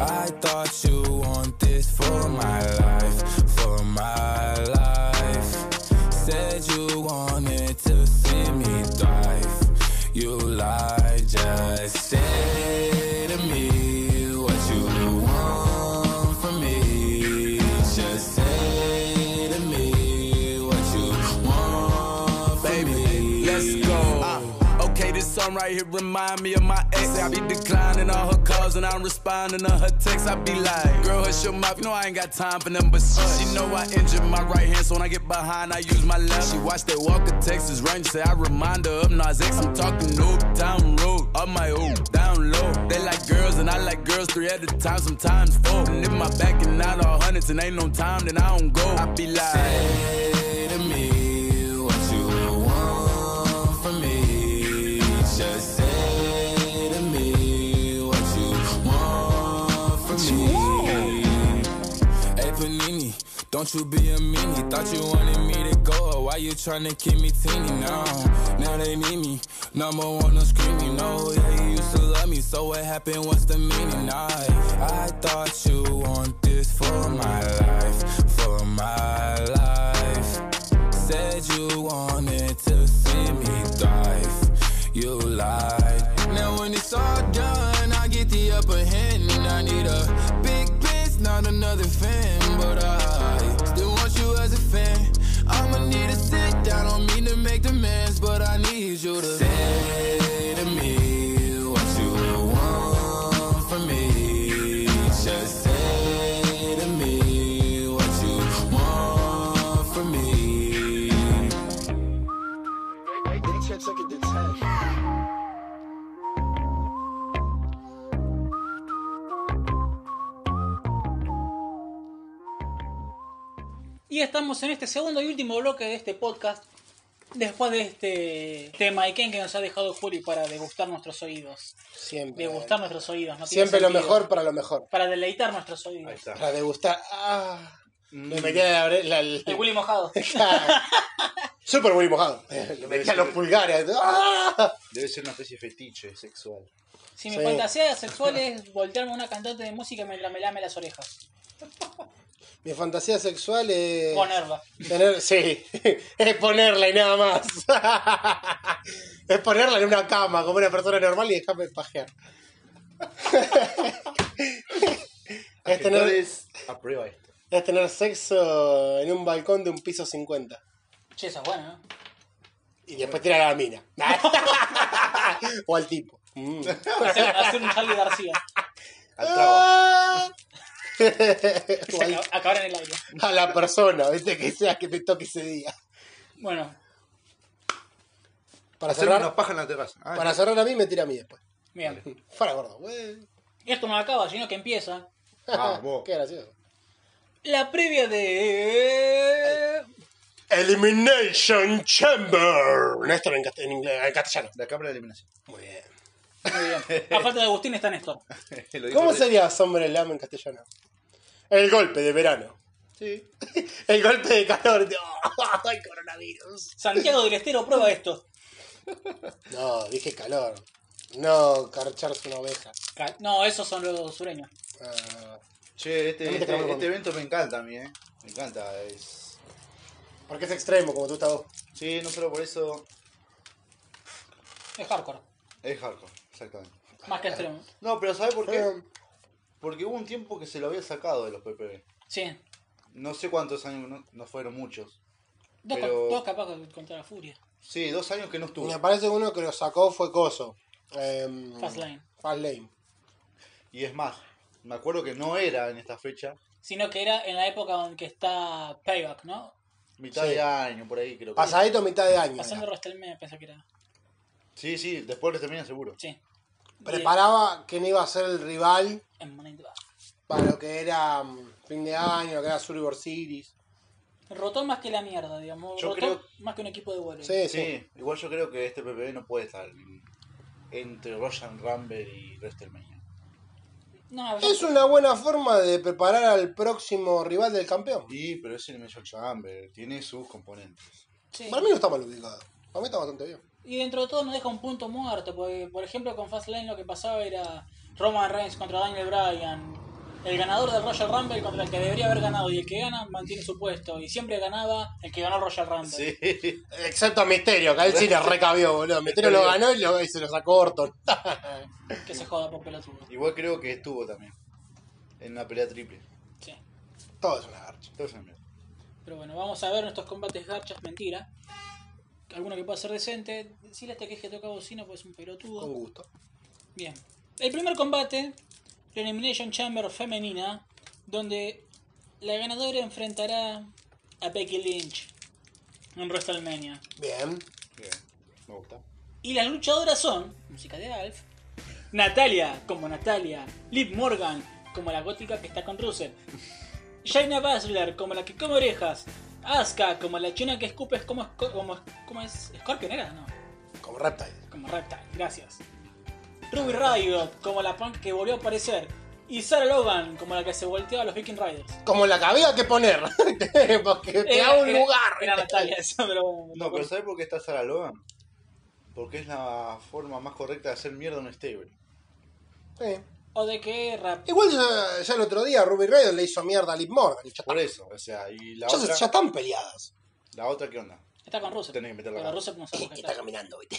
Speaker 6: I thought you want this for my life, for my life. Said you wanted to see me thrive. You lied, just say to me what you want from me. Just say to me what you want from me.
Speaker 7: Let's go. Uh, okay, this song right here remind me of my ex. I be declining all her calls and I'm responding to her texts. I be like, girl, hush your mouth. You know I ain't got time for them, but shit. She know I injured my right hand, so when I get behind, I use my left. She watched that Walker Texas Ranger. Say I remind her of Nas X. I'm talking new down road, up my old down. three at a time, sometimes four. And if my back and not all hundreds and ain't no time, then I don't go. I be like,
Speaker 6: Say to me what you want from me. Just say to me what you want from me. Hey Panini, don't you be a meanie. Thought you wanted me to go. Why you tryna keep me teeny now? Now they need me. Number one, I'm screaming. No, yeah, you used to love me. So what happened? What's the meaning? I, I thought you want this for my life. For my life. Said you wanted to see me thrive. You lied. Now when it's all done, I get the upper hand. And I need a big Benz, not another fan. But I still want you as a fan. I'ma need to sit down. Don't mean to make demands, but I need you to say to me what you want from me. Just say to me what you want from me.
Speaker 1: Y estamos en este segundo y último bloque de este podcast. Después de este tema Iken que nos ha dejado Juli para degustar nuestros oídos.
Speaker 3: Siempre.
Speaker 1: Degustar nuestros oídos, no tiene
Speaker 3: Siempre lo
Speaker 1: sentido.
Speaker 3: mejor para lo mejor.
Speaker 1: Para deleitar nuestros
Speaker 4: Ahí
Speaker 1: oídos.
Speaker 4: está.
Speaker 3: Para degustar. Ah,
Speaker 1: Mm.
Speaker 3: Le metía la, ore- la, la-
Speaker 1: El Willy
Speaker 3: <laughs>
Speaker 1: mojado.
Speaker 3: Super Willy mojado. <laughs> Le metía los pulgares. Ah.
Speaker 4: Debe ser una especie de fetiche sexual.
Speaker 1: Si mi
Speaker 3: Sí.
Speaker 1: fantasía sexual es voltearme a una cantante de música mientras me lame las orejas.
Speaker 3: Mi fantasía sexual es.
Speaker 1: Ponerla.
Speaker 3: Tener, sí, <laughs> es ponerla y nada más. <laughs> es ponerla en una cama como una persona normal y dejarme pajear. <laughs> es, tener,
Speaker 4: Agitores, aprueba esto.
Speaker 3: es tener sexo en un balcón de un piso 50.
Speaker 1: Che, eso es bueno, ¿no?
Speaker 3: Y después tirar a la mina. <laughs> o al tipo. Mm.
Speaker 1: Hacer, hacer un Charlie
Speaker 3: <laughs>
Speaker 1: García.
Speaker 4: Al
Speaker 3: Ah,
Speaker 4: trabajo.
Speaker 3: o al-
Speaker 1: Acabar en el aire.
Speaker 3: a la persona, ¿viste? que sea que te toque ese día.
Speaker 1: Bueno,
Speaker 3: Para
Speaker 4: Hacer
Speaker 3: cerrar,
Speaker 4: una paja en la terraza. Ah,
Speaker 3: para cerrar a mí, me tira a mí después.
Speaker 1: bien.
Speaker 3: Para gordo, güey.
Speaker 1: Esto no acaba, sino que empieza.
Speaker 4: Vamos.
Speaker 3: <laughs> Qué gracioso.
Speaker 1: La previa de.
Speaker 3: Elimination Chamber. Néstor en, cast- en inglés- en castellano.
Speaker 4: La cámara de eliminación. <laughs>
Speaker 3: Muy bien.
Speaker 1: Muy bien. A falta de Agustín está Néstor.
Speaker 4: Lo dijo
Speaker 3: ¿Cómo
Speaker 4: Re-
Speaker 3: sería Summer Slam en castellano? El golpe de verano. <laughs>
Speaker 4: Sí.
Speaker 3: El golpe de calor. <laughs> Oh, el coronavirus.
Speaker 1: Santiago del Estero prueba esto.
Speaker 3: No, dije calor. No, carcharse una oveja.
Speaker 1: Ca- No, esos son los sureños.
Speaker 3: Ah,
Speaker 4: Che,
Speaker 3: No
Speaker 4: este,
Speaker 3: me te
Speaker 4: este,
Speaker 3: acabo de
Speaker 4: este
Speaker 3: comer.
Speaker 4: evento me encanta a mí, ¿eh? Me encanta. Es...
Speaker 3: porque es extremo, como tú estás vos.
Speaker 4: Sí, no solo por eso
Speaker 1: Es hardcore.
Speaker 4: es hardcore, exactamente.
Speaker 1: Más que extremo.
Speaker 4: No, pero ¿sabes por qué?
Speaker 3: Eh,
Speaker 4: Porque hubo un tiempo que se lo había sacado de los PPB.
Speaker 1: Sí.
Speaker 4: No sé cuántos años, no, no fueron muchos.
Speaker 1: Dos,
Speaker 4: Pero-
Speaker 1: cap- dos capaz con- contra la furia.
Speaker 4: Sí, dos años que no estuvo.
Speaker 3: me parece que uno que lo sacó fue Coso. Em,
Speaker 1: Fastlane.
Speaker 3: Fastlane.
Speaker 4: Y es más, me acuerdo que no era en esta fecha,
Speaker 1: Sino que era en la época en que está Payback, ¿no?
Speaker 4: mitad
Speaker 3: Sí.
Speaker 4: de año, por ahí creo que.
Speaker 3: Pasadito mitad de año.
Speaker 1: Pasando
Speaker 3: era.
Speaker 1: WrestleMania pensé que era.
Speaker 4: Sí, sí, después les termina seguro.
Speaker 1: Sí.
Speaker 3: Preparaba quién iba a ser el rival
Speaker 1: En Money in the Bank.
Speaker 3: para lo que era mm, fin de año, lo que era Survivor Series.
Speaker 1: Rotó más que la mierda, digamos.
Speaker 4: Yo
Speaker 1: Rotó
Speaker 4: creo-
Speaker 1: más que un equipo de voleibol.
Speaker 3: Sí, sí.
Speaker 4: Sí, igual yo creo que este PPB no puede estar en- entre Royal Rumble y WrestleMania.
Speaker 1: No, yo-
Speaker 3: Es una buena forma de preparar al próximo rival del campeón.
Speaker 4: Y, pero es el Major Chamber, tiene sus componentes.
Speaker 1: sí.
Speaker 3: Para mí no está mal ubicado. Para mí está bastante bien.
Speaker 1: Y dentro de todo nos deja un punto muerto, porque por ejemplo con Fastlane lo que pasaba era Roman Reigns contra Daniel Bryan, el ganador del Royal Rumble contra el que debería haber ganado, y el que gana mantiene su puesto, y siempre ganaba el que ganó el Royal Rumble.
Speaker 4: Sí,
Speaker 3: Excepto a Misterio, que a él sí le recabió, boludo. Misterio lo ganó y, lo- y se lo sacó Orton.
Speaker 1: Que se joda por pelotudo.
Speaker 4: <laughs> igual creo que estuvo también. En una pelea triple.
Speaker 1: Sí.
Speaker 3: Todo es una garcha.
Speaker 4: Todo es una mierda.
Speaker 1: Pero bueno, vamos a ver nuestros combates garchas, mentira. Alguno que pueda ser decente. Decirle a este que es que toca bocina, pues es un pelotudo.
Speaker 4: Uh.
Speaker 3: Con gusto.
Speaker 1: Bien. El primer combate, la Elimination Chamber femenina, donde la ganadora enfrentará a Becky Lynch en WrestleMania.
Speaker 3: Bien.
Speaker 4: Bien, me gusta.
Speaker 1: Y las luchadoras son, música de Alf, Natalia, como Natalia. Liv Morgan, como la gótica que está con Russell. Jaina Basler, como la que come orejas. Asuka, como la china que escupe es como, esco- como, como es. ¿Scorpion era? No,
Speaker 3: Como Reptile.
Speaker 1: como Reptile, gracias. Ruby Riot, como la punk que volvió a aparecer. Y Sarah Logan, como la que se volteaba a los Viking Riders.
Speaker 3: Como la que había que poner. <laughs> Porque te da un
Speaker 1: Era-
Speaker 3: lugar.
Speaker 1: eh, Era Natalia, eso, pero bueno.
Speaker 4: No, pero ¿sabes por qué está Sarah Logan? Porque es la forma más correcta de hacer mierda un stable.
Speaker 3: Sí.
Speaker 1: O de que rap.
Speaker 3: Igual ya, ya el otro día Ruby Rayo le hizo mierda a Liv Morgan. y Ya,
Speaker 4: Por eso, o sea, y la
Speaker 3: ya se-
Speaker 4: otra,
Speaker 3: ya están peleadas.
Speaker 4: la otra ¿qué onda?
Speaker 1: Está con Russell.
Speaker 4: Tenés que meterla
Speaker 1: Pero
Speaker 4: acá.
Speaker 1: Russell no sabe
Speaker 3: Eh,
Speaker 1: lo
Speaker 3: que
Speaker 1: que
Speaker 3: está
Speaker 1: está.
Speaker 3: caminando, viste.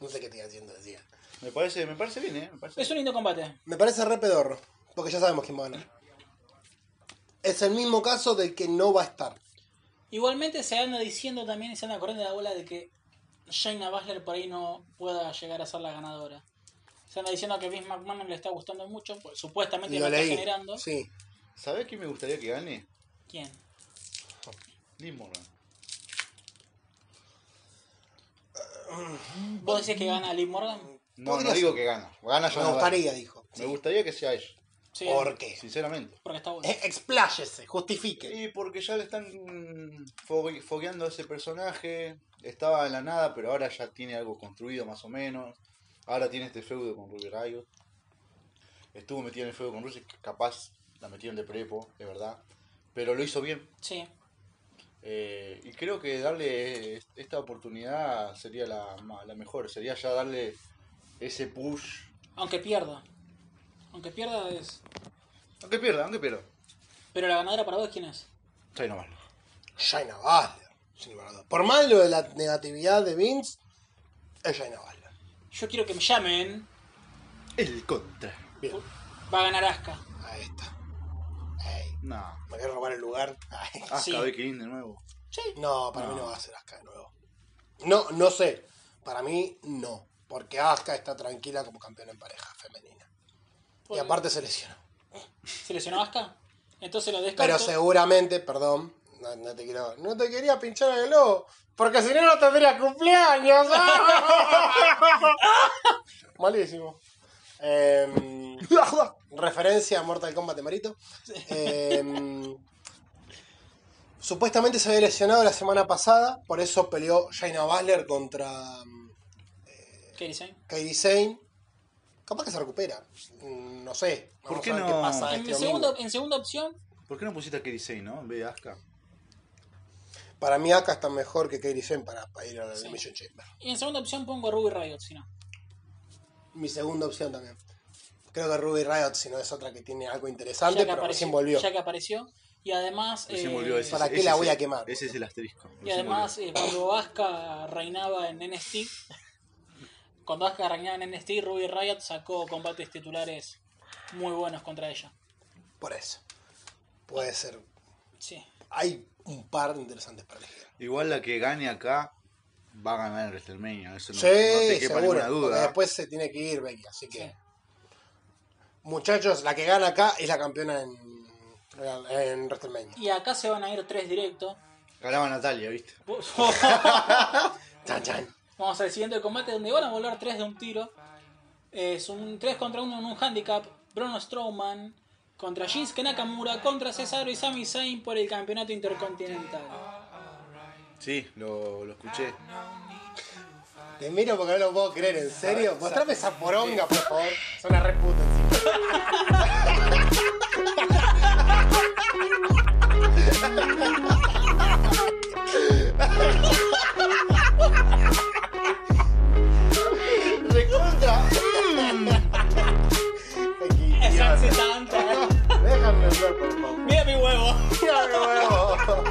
Speaker 3: No sé qué estoy haciendo, decía.
Speaker 4: Me parece, me parece bien, eh, me parece.
Speaker 1: Es un lindo combate.
Speaker 3: Me parece re pedorro. Porque ya sabemos quién va a ganar. Es el mismo caso del que no va a estar.
Speaker 1: Igualmente se anda diciendo también y se anda corriendo la bola de que Shayna Baszler por ahí no pueda llegar a ser la ganadora. Se anda diciendo que Vince McMahon no le está gustando mucho, pues, supuestamente lo,
Speaker 3: Lo
Speaker 1: está
Speaker 3: leí.
Speaker 1: generando.
Speaker 3: Sí.
Speaker 4: ¿Sabés quién me gustaría que gane?
Speaker 1: ¿Quién?
Speaker 4: Liv Morgan.
Speaker 1: ¿Vos decís que gana Liv Morgan?
Speaker 4: No,
Speaker 3: Podría
Speaker 4: no digo
Speaker 3: ser.
Speaker 4: que gana. Gana yo
Speaker 3: Me
Speaker 4: no gana.
Speaker 3: gustaría, dijo.
Speaker 4: Me gustaría que sea ella,
Speaker 1: Sí,
Speaker 3: ¿Por qué?
Speaker 4: sinceramente.
Speaker 1: porque está bueno.
Speaker 3: Eh, Expláyese, justifique.
Speaker 4: Y porque ya le están mm, fogue- fogueando a ese personaje. Estaba en la nada, pero ahora ya tiene algo construido más o menos. Ahora tiene este feudo con Ruby Riot. Estuvo metido en el feudo con Ruby, que capaz la metieron de prepo, es verdad. Pero lo hizo bien.
Speaker 1: Sí,
Speaker 4: Eh, y creo que darle es- esta oportunidad sería la, ma- la mejor. Sería ya darle ese push.
Speaker 1: aunque pierda. Aunque pierda es...
Speaker 4: Aunque pierda, aunque pierda.
Speaker 1: Pero la ganadora para vos quién es?
Speaker 4: Trae nomás.
Speaker 3: Shaina Baszler. sin lugar a dudas. Por más lo de la negatividad de Vince, es Shaina Baszler.
Speaker 1: Yo quiero que me llamen.
Speaker 4: El contra.
Speaker 3: Bien,
Speaker 1: Va a ganar Asuka.
Speaker 3: ahí está. Ey,
Speaker 4: No.
Speaker 3: me quiero robar el lugar. Ay.
Speaker 4: Hasta
Speaker 1: Sí.
Speaker 4: Becky Lynch de nuevo.
Speaker 3: No, para mí no va a ser Aska de nuevo. No, no sé. Para mí, no. Porque Aska está tranquila como campeona en pareja femenina. Y
Speaker 1: Bueno.
Speaker 3: aparte se lesionó.
Speaker 1: ¿Se lesionó Asuka? Entonces lo descarto.
Speaker 3: Pero seguramente, perdón, no, no te quiero. No te quería pinchar el globo. Porque si no, no
Speaker 4: <laughs>
Speaker 3: tendría cumpleaños. Malísimo. Em, referencia a Mortal Kombat de Marito. Em, supuestamente se había lesionado la semana pasada, por eso peleó Jaina Baszler contra mm,
Speaker 1: ¿Qué
Speaker 4: Este
Speaker 1: dicen?
Speaker 3: Kairi Sane. Capaz que se recupera. Mm, No sé.
Speaker 4: ¿Por
Speaker 3: Vamos
Speaker 4: qué
Speaker 3: a ver
Speaker 4: no?
Speaker 3: qué pasa
Speaker 1: En,
Speaker 3: este domingo.
Speaker 1: segunda, en segunda opción,
Speaker 4: ¿Por qué no pusiste a Kerisei, no? En vez de Asuka.
Speaker 3: Para mí acá está mejor que Kairi Sen para, para ir al
Speaker 1: Sí.
Speaker 3: Elimination Chamber.
Speaker 1: y en segunda opción pongo a Ruby Riot, si no.
Speaker 3: Mi segunda opción también. Creo que Ruby Riot, si no es otra que tiene algo
Speaker 1: ya
Speaker 3: interesante,
Speaker 1: que
Speaker 3: pero
Speaker 1: apareció,
Speaker 3: recién volvió.
Speaker 1: Ya que apareció. Y además,
Speaker 4: Recién
Speaker 1: eh,
Speaker 4: volvió ese-
Speaker 3: ¿para qué
Speaker 4: ese
Speaker 3: la
Speaker 4: es
Speaker 3: voy a
Speaker 4: el-
Speaker 3: quemar,
Speaker 4: Ese es
Speaker 3: boludo?
Speaker 4: el asterisco.
Speaker 1: y
Speaker 4: Recién
Speaker 1: además
Speaker 4: volvió.
Speaker 1: eh, cuando Asuka reinaba en NXT, cuando Asuka reinaba en NXT, Ruby Riot sacó combates titulares muy buenos contra ella.
Speaker 3: Por eso. Puede ser.
Speaker 1: Sí.
Speaker 3: Hay un par de interesantes para elegir.
Speaker 4: Igual la que gane acá va a ganar en WrestleMania. Eso no,
Speaker 3: sí,
Speaker 4: no te quepa
Speaker 3: seguro.
Speaker 4: ninguna
Speaker 3: porque
Speaker 4: duda.
Speaker 3: después se tiene que ir Becky. Así que.
Speaker 1: Sí.
Speaker 3: Muchachos, la que gana acá es la campeona en, en WrestleMania.
Speaker 1: Y acá se van a ir tres directos.
Speaker 4: Ganaba Natalia, ¿viste?
Speaker 3: Chan, chan.
Speaker 1: <laughs> Vamos al siguiente combate donde van a volar tres de un tiro. Es un 3 contra 1 en un handicap. Bruno Strowman contra Shinsuke Nakamura contra Cesaro y Sami Zayn por el campeonato intercontinental.
Speaker 4: Sí, lo, lo escuché.
Speaker 1: Ah,
Speaker 3: Te miro porque no lo puedo creer, ¿en serio? Mostrame esa poronga, por favor. Son las reputas encima. ¡Recontra! Aquí,
Speaker 1: Exacto,
Speaker 3: idiota.
Speaker 1: tanta.
Speaker 3: Déjame ver, por favor.
Speaker 1: Mira mi huevo.
Speaker 3: Mira de nuevo.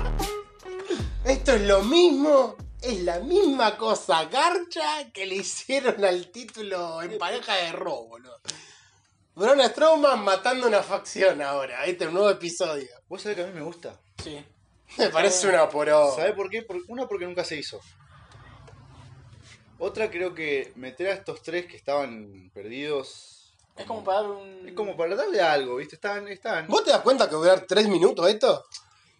Speaker 3: Esto es lo mismo, es la misma cosa garcha que le hicieron al título en pareja de robo, boludo. Braun Strowman matando una facción ahora, este es un nuevo episodio.
Speaker 4: Vos sabés que a mí me gusta.
Speaker 1: Sí.
Speaker 3: Me parece una poro.
Speaker 4: ¿Sabés por qué? Por- una porque nunca se hizo. Otra creo que meter a estos tres que estaban perdidos.
Speaker 1: Es como para dar un.
Speaker 4: Es como para darle algo, ¿viste? Están, están.
Speaker 3: ¿Vos te das cuenta que va a durar 3 minutos esto?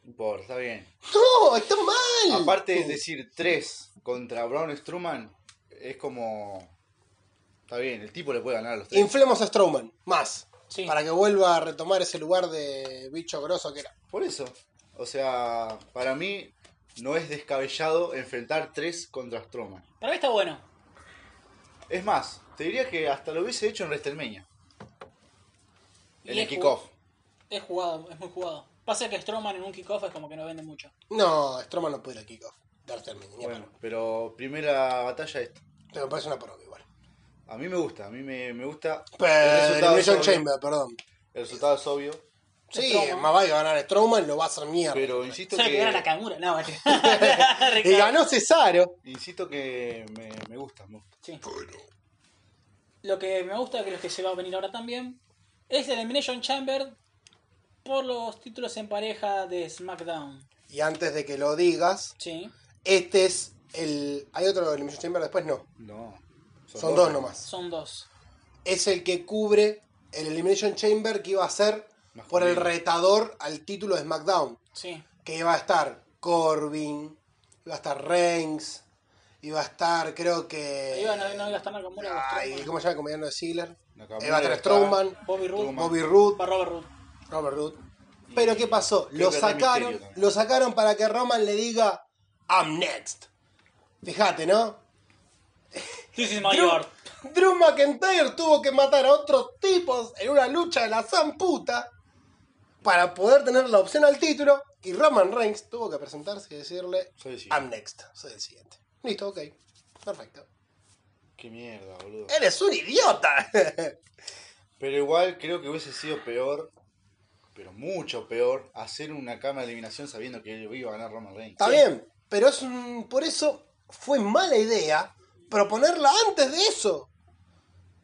Speaker 4: No importa, está bien.
Speaker 3: No, está mal.
Speaker 4: Aparte de decir 3 contra Braun Strowman, es como. Está bien, el tipo le puede ganar a los tres.
Speaker 3: Inflemos a Strowman, más.
Speaker 1: Sí.
Speaker 3: Para que vuelva a retomar ese lugar de bicho grosso que era.
Speaker 4: Por eso. O sea, para mí no es descabellado enfrentar tres contra Strowman.
Speaker 1: Para mí está bueno.
Speaker 4: Es más, te diría que hasta lo hubiese hecho en WrestleMania.
Speaker 1: Y
Speaker 4: En el
Speaker 1: es ju-
Speaker 4: kickoff.
Speaker 1: Es jugado, es muy jugado. Pasa que Strowman en un kickoff es como que no vende mucho.
Speaker 3: No, Strowman no puede ir al kickoff. Darse al mini,
Speaker 4: Bueno, pero primera batalla esta.
Speaker 3: Pero me parece una poronga igual.
Speaker 4: A mí me gusta, a mí me, me gusta.
Speaker 3: Pero
Speaker 4: resultado es
Speaker 3: Elimination
Speaker 4: obvio.
Speaker 3: Chamber, perdón.
Speaker 4: El resultado es obvio.
Speaker 3: Sí,
Speaker 1: Strowman.
Speaker 3: más vale ganar Strowman, lo va a hacer mierda.
Speaker 4: Pero insisto
Speaker 1: ¿Sabes que gana
Speaker 4: que,
Speaker 1: Nakamura? No,
Speaker 4: <laughs>
Speaker 1: vale. <laughs>
Speaker 3: y ganó Cesaro.
Speaker 4: insisto que me, me gusta. me gusta.
Speaker 1: Sí. Lo que me gusta, creo que se va a venir ahora también, es el Elimination Chamber por los títulos en pareja de SmackDown.
Speaker 3: Y antes de que lo digas,
Speaker 1: Sí.
Speaker 3: este es el. Hay otro Elimination Chamber después, no.
Speaker 4: No.
Speaker 3: Son dos nomás.
Speaker 1: Son dos.
Speaker 3: Es el que cubre el Elimination Chamber que iba a ser por el retador al título de SmackDown.
Speaker 1: Sí.
Speaker 3: que iba a estar Corbin, iba a estar Reigns, iba a estar, creo que.
Speaker 1: Iba, no, no iba a estar Nakamura. iba a estar
Speaker 3: Eh, Ay,
Speaker 1: Strowman.
Speaker 3: ¿Cómo se llama el compañero de Ziggler?
Speaker 4: Nakamura
Speaker 3: Iba a estar
Speaker 4: está-
Speaker 3: Strowman,
Speaker 1: Bobby Roode.
Speaker 3: Bobby Roode,
Speaker 1: Va Robert Roode.
Speaker 3: Robert Roode. Pero ¿qué pasó?
Speaker 4: creo
Speaker 3: Lo
Speaker 4: que Rey
Speaker 3: sacaron,
Speaker 4: Mysterio también.
Speaker 3: lo sacaron para que Roman le diga I'm next. Fíjate, ¿no?
Speaker 1: This is my
Speaker 3: Drew,
Speaker 1: yard.
Speaker 3: Drew McIntyre tuvo que matar a otros tipos en una lucha de la zamputa para poder tener la opción al título. Y Roman Reigns tuvo que presentarse y decirle
Speaker 4: Soy el siguiente.
Speaker 3: I'm next. Soy el siguiente. Listo, ok. Perfecto.
Speaker 4: Qué mierda, boludo.
Speaker 3: Eres un idiota. <laughs>
Speaker 4: Pero igual creo que hubiese sido peor, pero mucho peor, hacer una cámara de eliminación sabiendo que iba a ganar Roman Reigns.
Speaker 3: Está bien, pero es un- por eso fue mala idea proponerla antes de eso.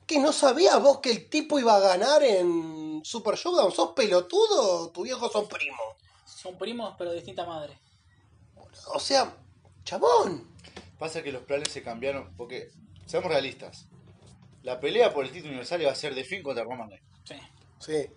Speaker 3: Que no sabías vos que el tipo iba a ganar en Super Showdown. ¿Sos pelotudo o tu viejo son primo?
Speaker 1: Son primos, pero de distinta madre.
Speaker 3: O sea, chabón.
Speaker 4: Pasa que los planes se cambiaron porque, seamos realistas, la pelea por el título universal iba a ser de fin contra Roman Reigns.
Speaker 1: Sí.
Speaker 3: Sí.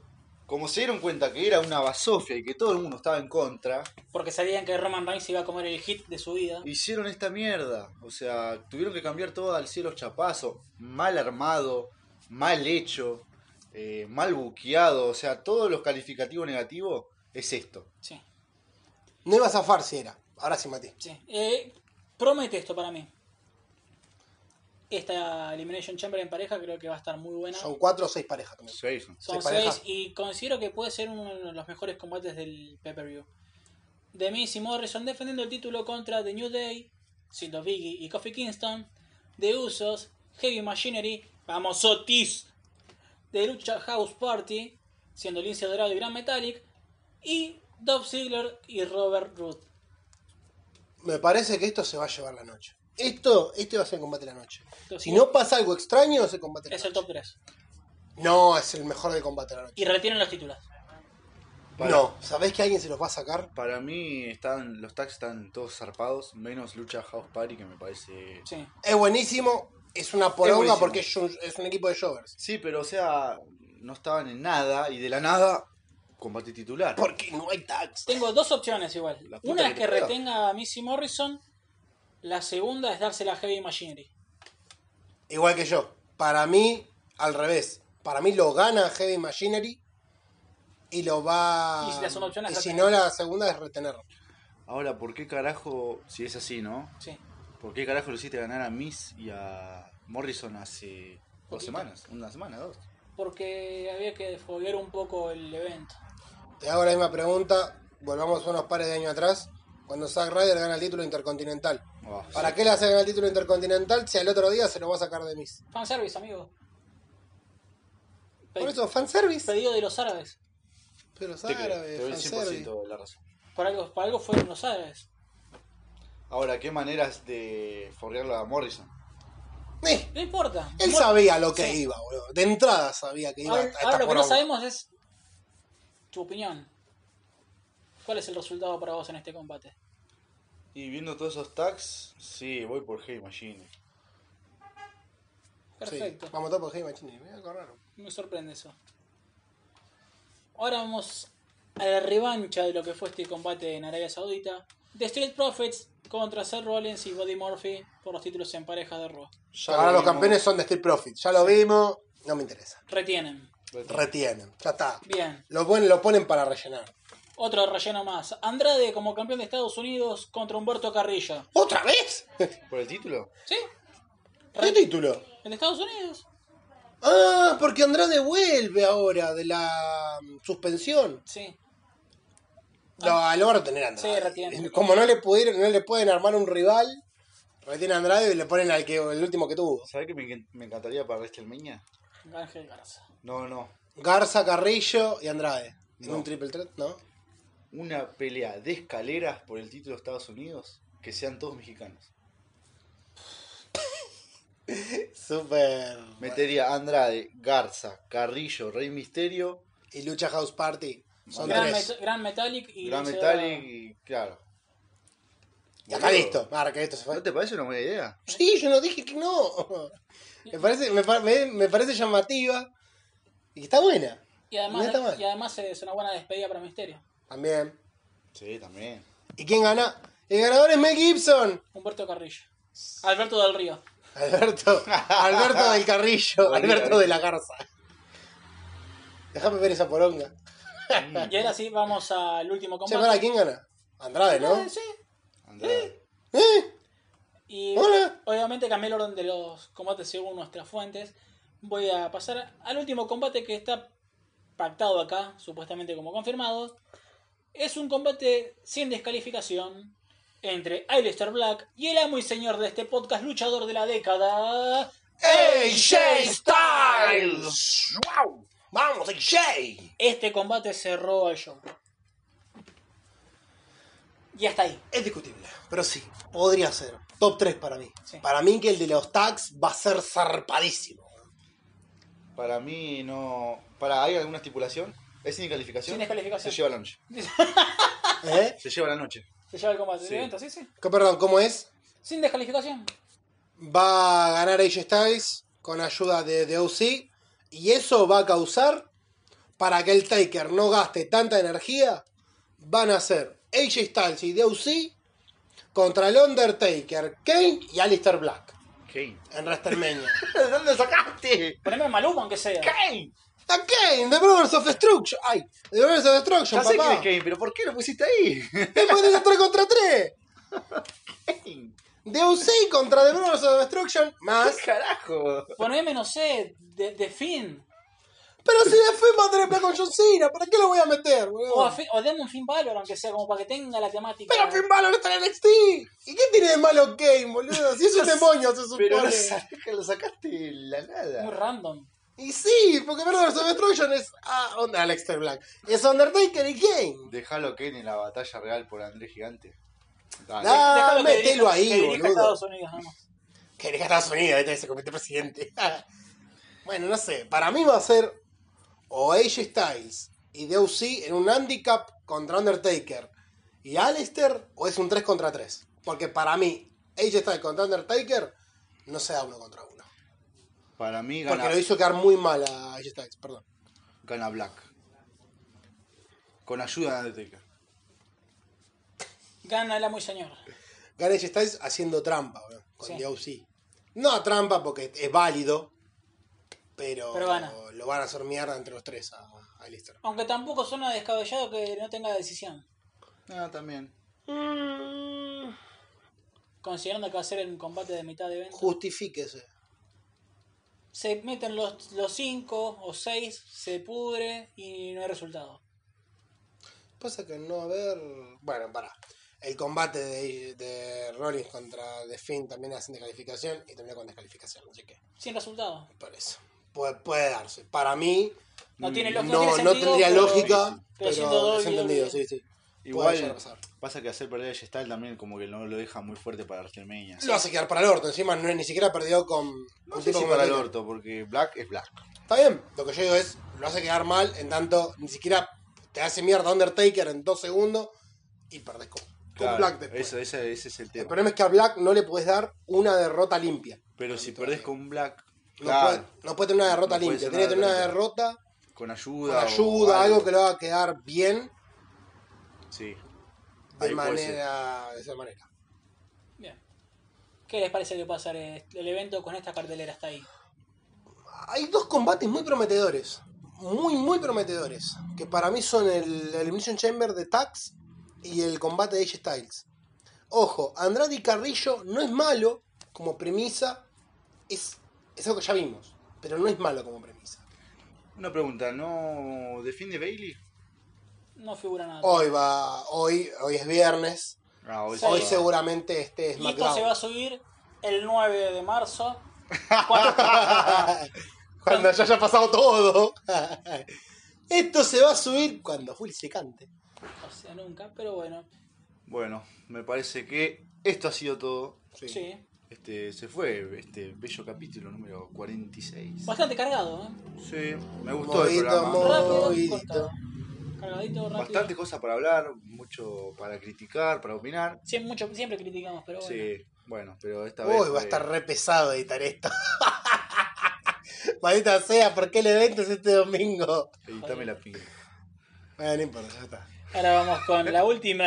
Speaker 4: Como se dieron cuenta que era una basofia y que todo el mundo estaba en contra,
Speaker 1: Porque sabían que Roman Reigns iba a comer el hit de su vida.
Speaker 4: hicieron esta mierda. O sea, tuvieron que cambiar todo al cielo chapazo. Mal armado, mal hecho, eh, mal buqueado. O sea, todos los calificativos negativos es esto.
Speaker 1: Sí.
Speaker 3: No iba a zafar si era. Ahora sí, Mati.
Speaker 1: Sí. Eh, promete esto para mí. Esta Elimination Chamber en pareja creo que va a estar muy buena.
Speaker 3: Son cuatro o seis parejas también.
Speaker 4: Jason.
Speaker 1: Son
Speaker 3: Sí, pareja.
Speaker 1: seis y considero que puede ser uno de los mejores combates del pay-per-view. Demis y Morrison defendiendo el título contra The New Day, siendo Biggie y Kofi Kingston, The Usos, Heavy Machinery, vamos Otis, The Lucha House Party, siendo Lince Dorado y Gran Metallic, y Dolph Ziggler y Robert Root.
Speaker 3: Me parece que esto se va a llevar la noche. Esto, este va a ser el combate de la noche.
Speaker 1: Entonces,
Speaker 3: Si no pasa algo extraño, es el combate de
Speaker 1: Es
Speaker 3: la
Speaker 1: el
Speaker 3: noche.
Speaker 1: top 3.
Speaker 3: No, es el mejor del combate de la noche.
Speaker 1: Y retienen los títulos.
Speaker 4: Para-
Speaker 3: No, ¿sabés que alguien se los va a sacar?
Speaker 4: Para mí están los tags están todos zarpados, menos lucha House Party que me parece.
Speaker 1: Sí.
Speaker 3: Es buenísimo, es una poronga
Speaker 4: buenísimo.
Speaker 3: porque es un, es un equipo de Jovers.
Speaker 4: Sí, pero o sea, no estaban en nada y de la nada combate titular.
Speaker 3: Porque no hay tags.
Speaker 1: Tengo dos opciones igual.
Speaker 4: La puta
Speaker 1: Una
Speaker 4: que
Speaker 1: es
Speaker 4: te
Speaker 1: que
Speaker 4: parió.
Speaker 1: retenga a Missy Morrison. La segunda es dársela a Heavy Machinery.
Speaker 3: Igual que yo. Para mí, al revés. Para mí lo gana Heavy Machinery y lo va.
Speaker 1: Y si la segunda opción es
Speaker 3: Y si
Speaker 1: retener.
Speaker 3: no, la segunda es retenerlo.
Speaker 4: Ahora, ¿por qué carajo, si es así, no?
Speaker 1: Sí.
Speaker 4: ¿Por qué carajo lo hiciste ganar a Miss y a Morrison hace dos
Speaker 1: Poquito.
Speaker 4: semanas? Una semana, dos.
Speaker 1: Porque había que foguear un poco el evento.
Speaker 3: Te hago la misma pregunta. Volvamos unos pares de años atrás. Cuando Zack Ryder gana el título intercontinental.
Speaker 4: Ah,
Speaker 3: ¿Para
Speaker 4: sí.
Speaker 3: qué le hace ganar el título intercontinental si al otro día se lo va a sacar de Miss?
Speaker 1: Fanservice, amigo.
Speaker 3: Por
Speaker 1: Pe-
Speaker 3: eso, fanservice.
Speaker 1: Pedido de los árabes.
Speaker 3: Pero los
Speaker 4: Te creo,
Speaker 3: árabes,
Speaker 4: te doy
Speaker 3: fanservice.
Speaker 4: 100% la razón.
Speaker 1: Por algo, por algo fueron los árabes.
Speaker 4: Ahora, ¿qué maneras de forrearlo a Morrison?
Speaker 3: Eh,
Speaker 1: No importa.
Speaker 3: él
Speaker 1: Mor-
Speaker 3: sabía lo que
Speaker 1: Sí.
Speaker 3: iba, boludo. De entrada sabía que iba a
Speaker 1: Ahora,
Speaker 3: esta
Speaker 1: ahora lo que no
Speaker 3: poronga.
Speaker 1: sabemos es tu opinión. ¿Cuál es el resultado para vos en este combate?
Speaker 4: Y viendo todos esos tags, sí, voy por Hey Machine.
Speaker 3: Sí,
Speaker 1: Perfecto.
Speaker 3: Vamos todos por Heavy Machinery. Mirá, qué raro.
Speaker 1: Me sorprende eso. Ahora vamos a la revancha de lo que fue este combate en Arabia Saudita. The Street Profits contra Seth Rollins y Buddy Murphy por los títulos en pareja de Raw.
Speaker 4: Ya
Speaker 3: Ahora los
Speaker 4: vimos.
Speaker 3: campeones son de Steel Profit. Ya lo vimos, no me interesa.
Speaker 1: Retienen.
Speaker 3: Retienen, ya está.
Speaker 1: Bien.
Speaker 3: Lo ponen, lo ponen para rellenar.
Speaker 1: Otro relleno más. Andrade como campeón de Estados Unidos contra Humberto Carrillo.
Speaker 3: ¿Otra vez? <laughs>
Speaker 4: ¿Por el título?
Speaker 1: ¿Sí?
Speaker 3: ¿Qué título?
Speaker 1: ¿En Estados Unidos?
Speaker 3: Ah, porque Andrade vuelve ahora de la mm, suspensión.
Speaker 1: Sí.
Speaker 3: No, lo van a tener a Andrade.
Speaker 1: Ah. Sí, retiene.
Speaker 3: Como no le pudieron, no le pueden armar un rival, retiene a Andrade y le ponen al que el último que tuvo.
Speaker 4: ¿Sabés que me, encan- me encantaría para WrestleMania?
Speaker 1: Ángel Garza.
Speaker 4: No, no.
Speaker 3: Garza, Carrillo y Andrade. En
Speaker 4: No.
Speaker 3: un triple threat, ¿no?
Speaker 4: Una pelea de escaleras por el título de Estados Unidos que sean todos mexicanos.
Speaker 3: Super.
Speaker 4: Metería Andrade, Garza, Carrillo, Rey Misterio,
Speaker 3: Y Lucha House Party. Son
Speaker 1: Gran,
Speaker 3: tres.
Speaker 1: Met- Gran Metallic y.
Speaker 4: Gran
Speaker 1: se da-
Speaker 4: Metallic y claro.
Speaker 3: Y acá listo. Marca, esto se fue.
Speaker 4: ¿No te parece una buena idea?
Speaker 3: Sí, yo no dije que no. <laughs> Me parece, me, pa- me- me parece llamativa. Y está buena.
Speaker 1: Y
Speaker 3: No está
Speaker 1: además,
Speaker 3: mal.
Speaker 1: y además es una buena despedida para Misterio.
Speaker 3: También.
Speaker 4: Sí, también.
Speaker 3: ¿Y quién gana? El ganador es Mel Gibson. <laughs>
Speaker 1: Humberto Carrillo. Alberto del Río.
Speaker 3: Alberto. Alberto del Carrillo. Alberto de la Garza. Déjame ver esa poronga.
Speaker 1: Y ahora sí vamos al último
Speaker 3: Che,
Speaker 1: combate.
Speaker 3: para, ¿quién gana? Andrade, ¿no?
Speaker 1: Ah, sí.
Speaker 4: Andrade.
Speaker 3: ¿Eh?
Speaker 1: Y
Speaker 3: Hola.
Speaker 1: obviamente cambié el orden de los combates según nuestras fuentes. Voy a pasar al último combate que está pactado acá, supuestamente como confirmado. Es un combate sin descalificación entre Aleister Black y el amo y señor de este podcast, luchador de la década.
Speaker 3: AJ
Speaker 5: Styles. ¡Wow! ¡Vamos, AJ!
Speaker 1: Este combate cerró el show. Y hasta ahí.
Speaker 3: Es discutible, pero sí, podría ser. Top 3 para mí.
Speaker 1: Sí.
Speaker 3: Para mí que el de los tags va a ser zarpadísimo.
Speaker 4: Para mí no. Para, ¿hay alguna estipulación? ¿Es sin calificación?
Speaker 1: Sin descalificación.
Speaker 4: Se lleva la noche.
Speaker 3: ¿Eh?
Speaker 4: Se lleva la noche.
Speaker 1: Se lleva el combate.
Speaker 4: Sí.
Speaker 1: Evento, sí, sí.
Speaker 3: Co- Perdón, ¿cómo es?
Speaker 1: Sin descalificación.
Speaker 3: Va a ganar AJ Styles con ayuda de, de OC y eso va a causar para que el Taker no gaste tanta energía. Van a ser AJ Styles y DOC contra el Undertaker, Kane y Alistair Black
Speaker 4: Kane. <laughs>
Speaker 3: en WrestleMania.
Speaker 4: ¿De dónde sacaste?
Speaker 1: Poneme a Maluma aunque sea.
Speaker 4: ¡Kane!
Speaker 3: ¡A Kane! ¡The Brothers of Destruction! ¡Ay! ¡The Brothers of Destruction,
Speaker 4: Ya sé que
Speaker 3: papá!
Speaker 4: es Kane, pero ¿por qué lo pusiste ahí?
Speaker 3: ¡Después de 3 contra 3!
Speaker 4: Kane.
Speaker 3: DOC contra The Brothers of Destruction más.
Speaker 4: ¿Qué carajo?
Speaker 1: Poneme, no sé, de, de Finn.
Speaker 3: Pero si de Fema triple con John Cena, ¿para qué lo voy a meter, boludo?
Speaker 1: O, a Finn- o dame un Finn Balor, aunque sea como para que tenga la temática.
Speaker 3: Pero Finn Balor está en NXT. ¿Y qué tiene de malo Kane, boludo? Si es
Speaker 1: <laughs>
Speaker 3: un demonio, se supone.
Speaker 4: Pero lo, saca- lo sacaste de la
Speaker 1: Muy
Speaker 4: nada.
Speaker 1: random.
Speaker 3: Y sí, porque Brothers of Destruction es. Ah, onda, Aleister Black. Es Undertaker y Kane.
Speaker 4: Dejalo a Kane en la batalla real por Andrés Gigante. Dale.
Speaker 3: Da- Ah,
Speaker 1: Dejalo que
Speaker 3: mételo
Speaker 1: dirija-
Speaker 3: ahí,
Speaker 1: que dirija
Speaker 3: boludo.
Speaker 1: Estados Unidos, nada más.
Speaker 3: Que deja Estados Unidos, ahorita que se convirtió presidente. <laughs> bueno, no sé. Para mí va a ser. O AJ Styles y DOC en un handicap contra Undertaker y Aleister, o es un 3 contra 3. Porque para mí, AJ Styles contra Undertaker no se da uno contra uno.
Speaker 4: Para mí
Speaker 3: Porque
Speaker 4: gana,
Speaker 3: lo hizo quedar muy mal a AJ Styles, perdón.
Speaker 4: gana Black. Con ayuda de Undertaker.
Speaker 1: Gana el muy señor.
Speaker 3: Gana AJ Styles haciendo trampa, boludo, con
Speaker 1: Sí.
Speaker 3: DOC. No trampa porque es válido, pero,
Speaker 1: Pero gana.
Speaker 3: lo van a hacer mierda entre los tres a, a Aleister.
Speaker 1: Aunque tampoco suena descabellado que no tenga decisión.
Speaker 4: Ah, también.
Speaker 1: Considerando que va a ser un combate de mitad de evento.
Speaker 3: Justifíquese.
Speaker 1: Se meten los, los cinco o seis, se pudre y no hay resultado.
Speaker 3: Pasa que no va a haber. Bueno, pará. El combate de, de Rollins contra The Finn también hacen descalificación y termina con descalificación, así que
Speaker 1: Sin resultado.
Speaker 3: por eso. Puede, puede darse. Para mí,
Speaker 1: No tiene,
Speaker 3: Mm, no,
Speaker 1: lógica
Speaker 3: no, tendría lógica,
Speaker 1: pero
Speaker 3: pero,
Speaker 1: siendo
Speaker 3: es
Speaker 1: WWE.
Speaker 3: entendido, sí, sí. Puede llegar a
Speaker 4: Igual
Speaker 3: pasar.
Speaker 4: pasa que hacer perder a Gestal también como que no lo deja muy fuerte para WrestleMania.
Speaker 3: Lo hace quedar para el orto, encima no, ni siquiera perdió con.
Speaker 4: No
Speaker 3: un
Speaker 4: sé
Speaker 3: tipo
Speaker 4: si
Speaker 3: como
Speaker 4: para el
Speaker 3: Taker.
Speaker 4: orto, porque Black es Black.
Speaker 3: Está bien, lo que yo digo es, lo hace quedar mal, en tanto, ni siquiera te hace mierda Undertaker en dos segundos y perdés con, con
Speaker 4: Claro,
Speaker 3: Black después.
Speaker 4: eso- ese, ese es el
Speaker 3: El
Speaker 4: tema.
Speaker 3: problema es que a Black no le puedes dar una derrota limpia.
Speaker 4: Pero si perdés con Black,
Speaker 3: No,
Speaker 4: claro,
Speaker 3: puede, no puede tener una derrota
Speaker 4: No puede
Speaker 3: limpia.
Speaker 4: ser
Speaker 3: Tiene que tener
Speaker 4: una
Speaker 3: una
Speaker 4: derrota
Speaker 3: derrota
Speaker 4: con ayuda.
Speaker 3: con
Speaker 4: o
Speaker 3: ayuda, algo que lo haga quedar bien
Speaker 4: Sí.
Speaker 3: de
Speaker 4: Ahí puede ser.
Speaker 3: manera. de esa manera.
Speaker 1: Bien. ¿Qué les parece que pasa el el evento con esta cartelera hasta ahí?
Speaker 3: Hay dos combates muy prometedores. Muy, muy prometedores. Que para mí son el Elimination Chamber de Tax y el combate de AJ Styles. Ojo, Andrade y Carrillo no es malo como premisa. Es, es algo que ya vimos. Pero no es malo como premisa.
Speaker 4: Una pregunta, ¿no defiende Bailey?
Speaker 1: No figura nada.
Speaker 3: Hoy va. Hoy, hoy es viernes.
Speaker 4: Ah, hoy,
Speaker 3: Hoy
Speaker 4: va.
Speaker 3: seguramente este es
Speaker 1: y esto se va a subir el 9 de marzo.
Speaker 3: <laughs>
Speaker 4: <laughs>
Speaker 1: Cuatro-
Speaker 3: cuando ya haya pasado todo. <laughs> Esto se va a subir cuando Juli se cante.
Speaker 1: o sea, nunca, pero bueno.
Speaker 4: Bueno, me parece que esto ha sido todo.
Speaker 1: Sí.
Speaker 4: Este, se fue este bello capítulo número 46.
Speaker 1: Bastante cargado, ¿eh?
Speaker 4: Sí, me gustó el
Speaker 3: Movidito,
Speaker 4: programa.
Speaker 1: Rápido,
Speaker 3: Movidito.
Speaker 1: cortado. Cargadito, rápido.
Speaker 4: Bastante cosas para hablar, mucho para criticar, para opinar.
Speaker 1: Sie- mucho, siempre criticamos, pero bueno.
Speaker 4: Sí, bueno, pero esta vez. eh,
Speaker 3: Uy, va a
Speaker 4: fue-
Speaker 3: estar re pesado editar esto. <laughs> Maldita sea, ¿por qué el evento es este domingo?
Speaker 4: Editame la pinga.
Speaker 3: Bueno, no importa, ya está.
Speaker 1: Ahora vamos con la última.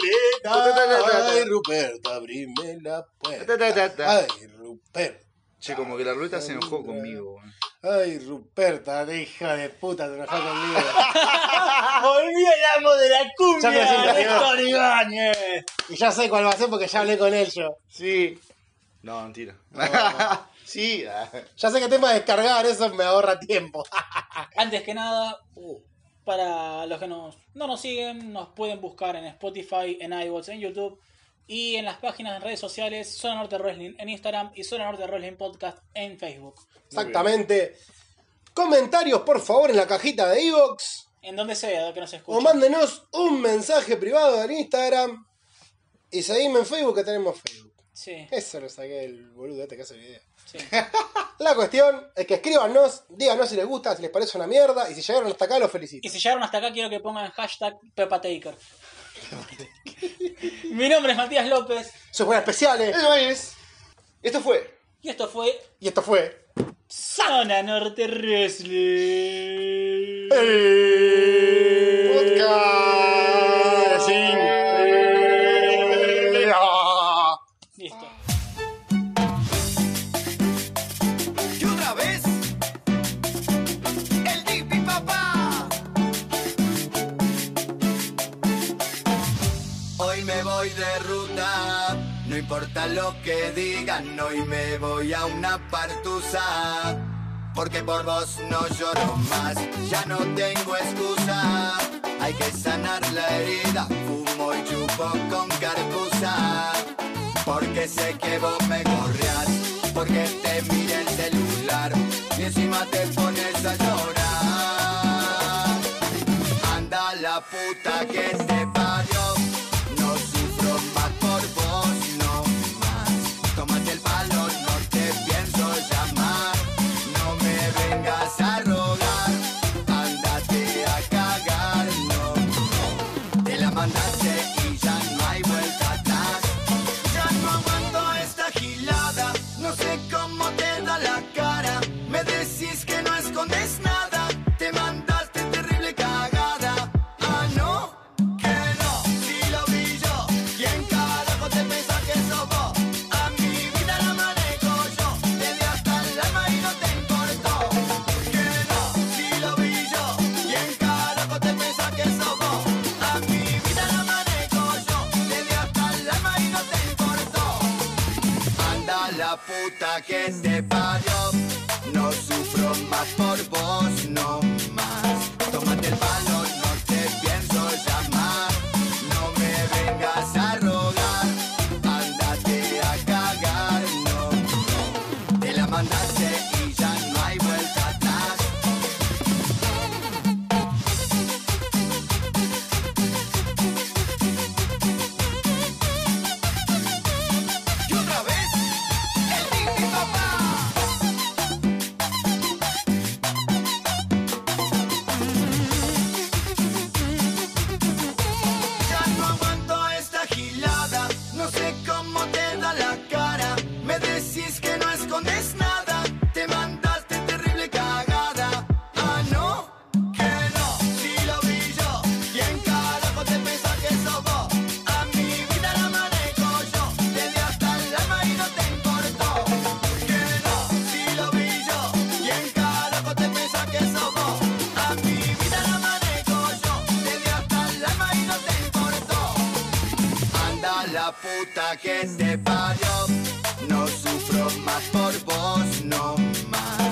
Speaker 3: Ruleta, ay Ruperta, abrime la puerta. Ay Ruperta,
Speaker 4: Che, como que la ruleta se enojó conmigo. eh.
Speaker 3: ay Ruperta, hija de puta, te enojó conmigo. Volvió el amo de la cumbia, Néstor Ibáñez. Y ya sé cuál va a ser porque ya hablé con él yo.
Speaker 4: Sí. No, mentira. sí. ah.
Speaker 3: Ya sé qué tema descargar, eso me ahorra tiempo. <laughs>
Speaker 1: Antes que nada, para los que nos, no nos siguen, nos pueden buscar en Spotify, en iWatch, en YouTube y en las páginas de redes sociales Zona Norte Wrestling en Instagram y Zona Norte Wrestling Podcast en Facebook.
Speaker 3: Exactamente. Comentarios, por favor, en la cajita de iVoox.
Speaker 1: En donde sea que nos
Speaker 3: O
Speaker 1: escuchen.
Speaker 3: mándenos un mensaje privado en Instagram. Y seguime en Facebook, que tenemos Facebook.
Speaker 1: Sí,
Speaker 3: Eso lo saqué el boludo este que hace el video.
Speaker 1: sí.
Speaker 3: La cuestión es que escríbanos, díganos si les gusta, si les parece una mierda. Y si llegaron hasta acá, los felicito.
Speaker 1: Y si llegaron hasta acá, quiero que pongan hashtag PepaTaker. Mi nombre es Matías López
Speaker 3: Eso fue especiales.
Speaker 4: Eso es. Esto fue.
Speaker 1: y esto fue
Speaker 3: Y esto fue.
Speaker 1: Zona Norte Wrestling.
Speaker 3: Podcast sin-
Speaker 1: Listo.
Speaker 6: Y otra vez, el Dipi Papá. Hoy me voy de ruta, no importa lo que digan, hoy me voy a una partusa. Porque por vos no lloro más, ya no tengo excusa. Hay que sanar la herida, fumo y chupo con carpuza. Porque sé que vos me correas, porque te mire el celular y encima te pones a llorar. Anda la puta que te parió. No sufro más por vos, no más. Tómate el palo, no te pienso llamar. No me vengas a rogar. Ándate a cagar, no. no. Te la mandaste y ya no hay vuelta atrás. Ya no aguanto esta gilada. No sé cómo te da la cara. Me decís que no escondes nada. Te mandaste terrible cagada. Ah, no, que no, si lo vi yo. ¿Quién carajo te pensás que sos vos? A mi vida la manejo yo. Te di hasta el alma y no te importó. Que no, si lo vi yo. ¿Quién carajo te pensás que sos vos? A mi vida la manejo yo. Te di hasta el alma y no te importó. Anda la puta que te parió. No sufro más por vos, no más. Tómate el palo, no te pienso llamar. No me vengas a rogar. Ándate a cagar, no, no. Te la mandaste y ya no hay vuelta atrás. Y otra vez, el Digni Papá. Ya no aguanto esta gilada, no sé cómo te da la cara. Me decís que no escondes nada, te mandaste terrible cagada. Ah, no, que no, si lo vi yo. ¿Quién carajo te pensás
Speaker 8: que te parió. No sufro más por vos, no más.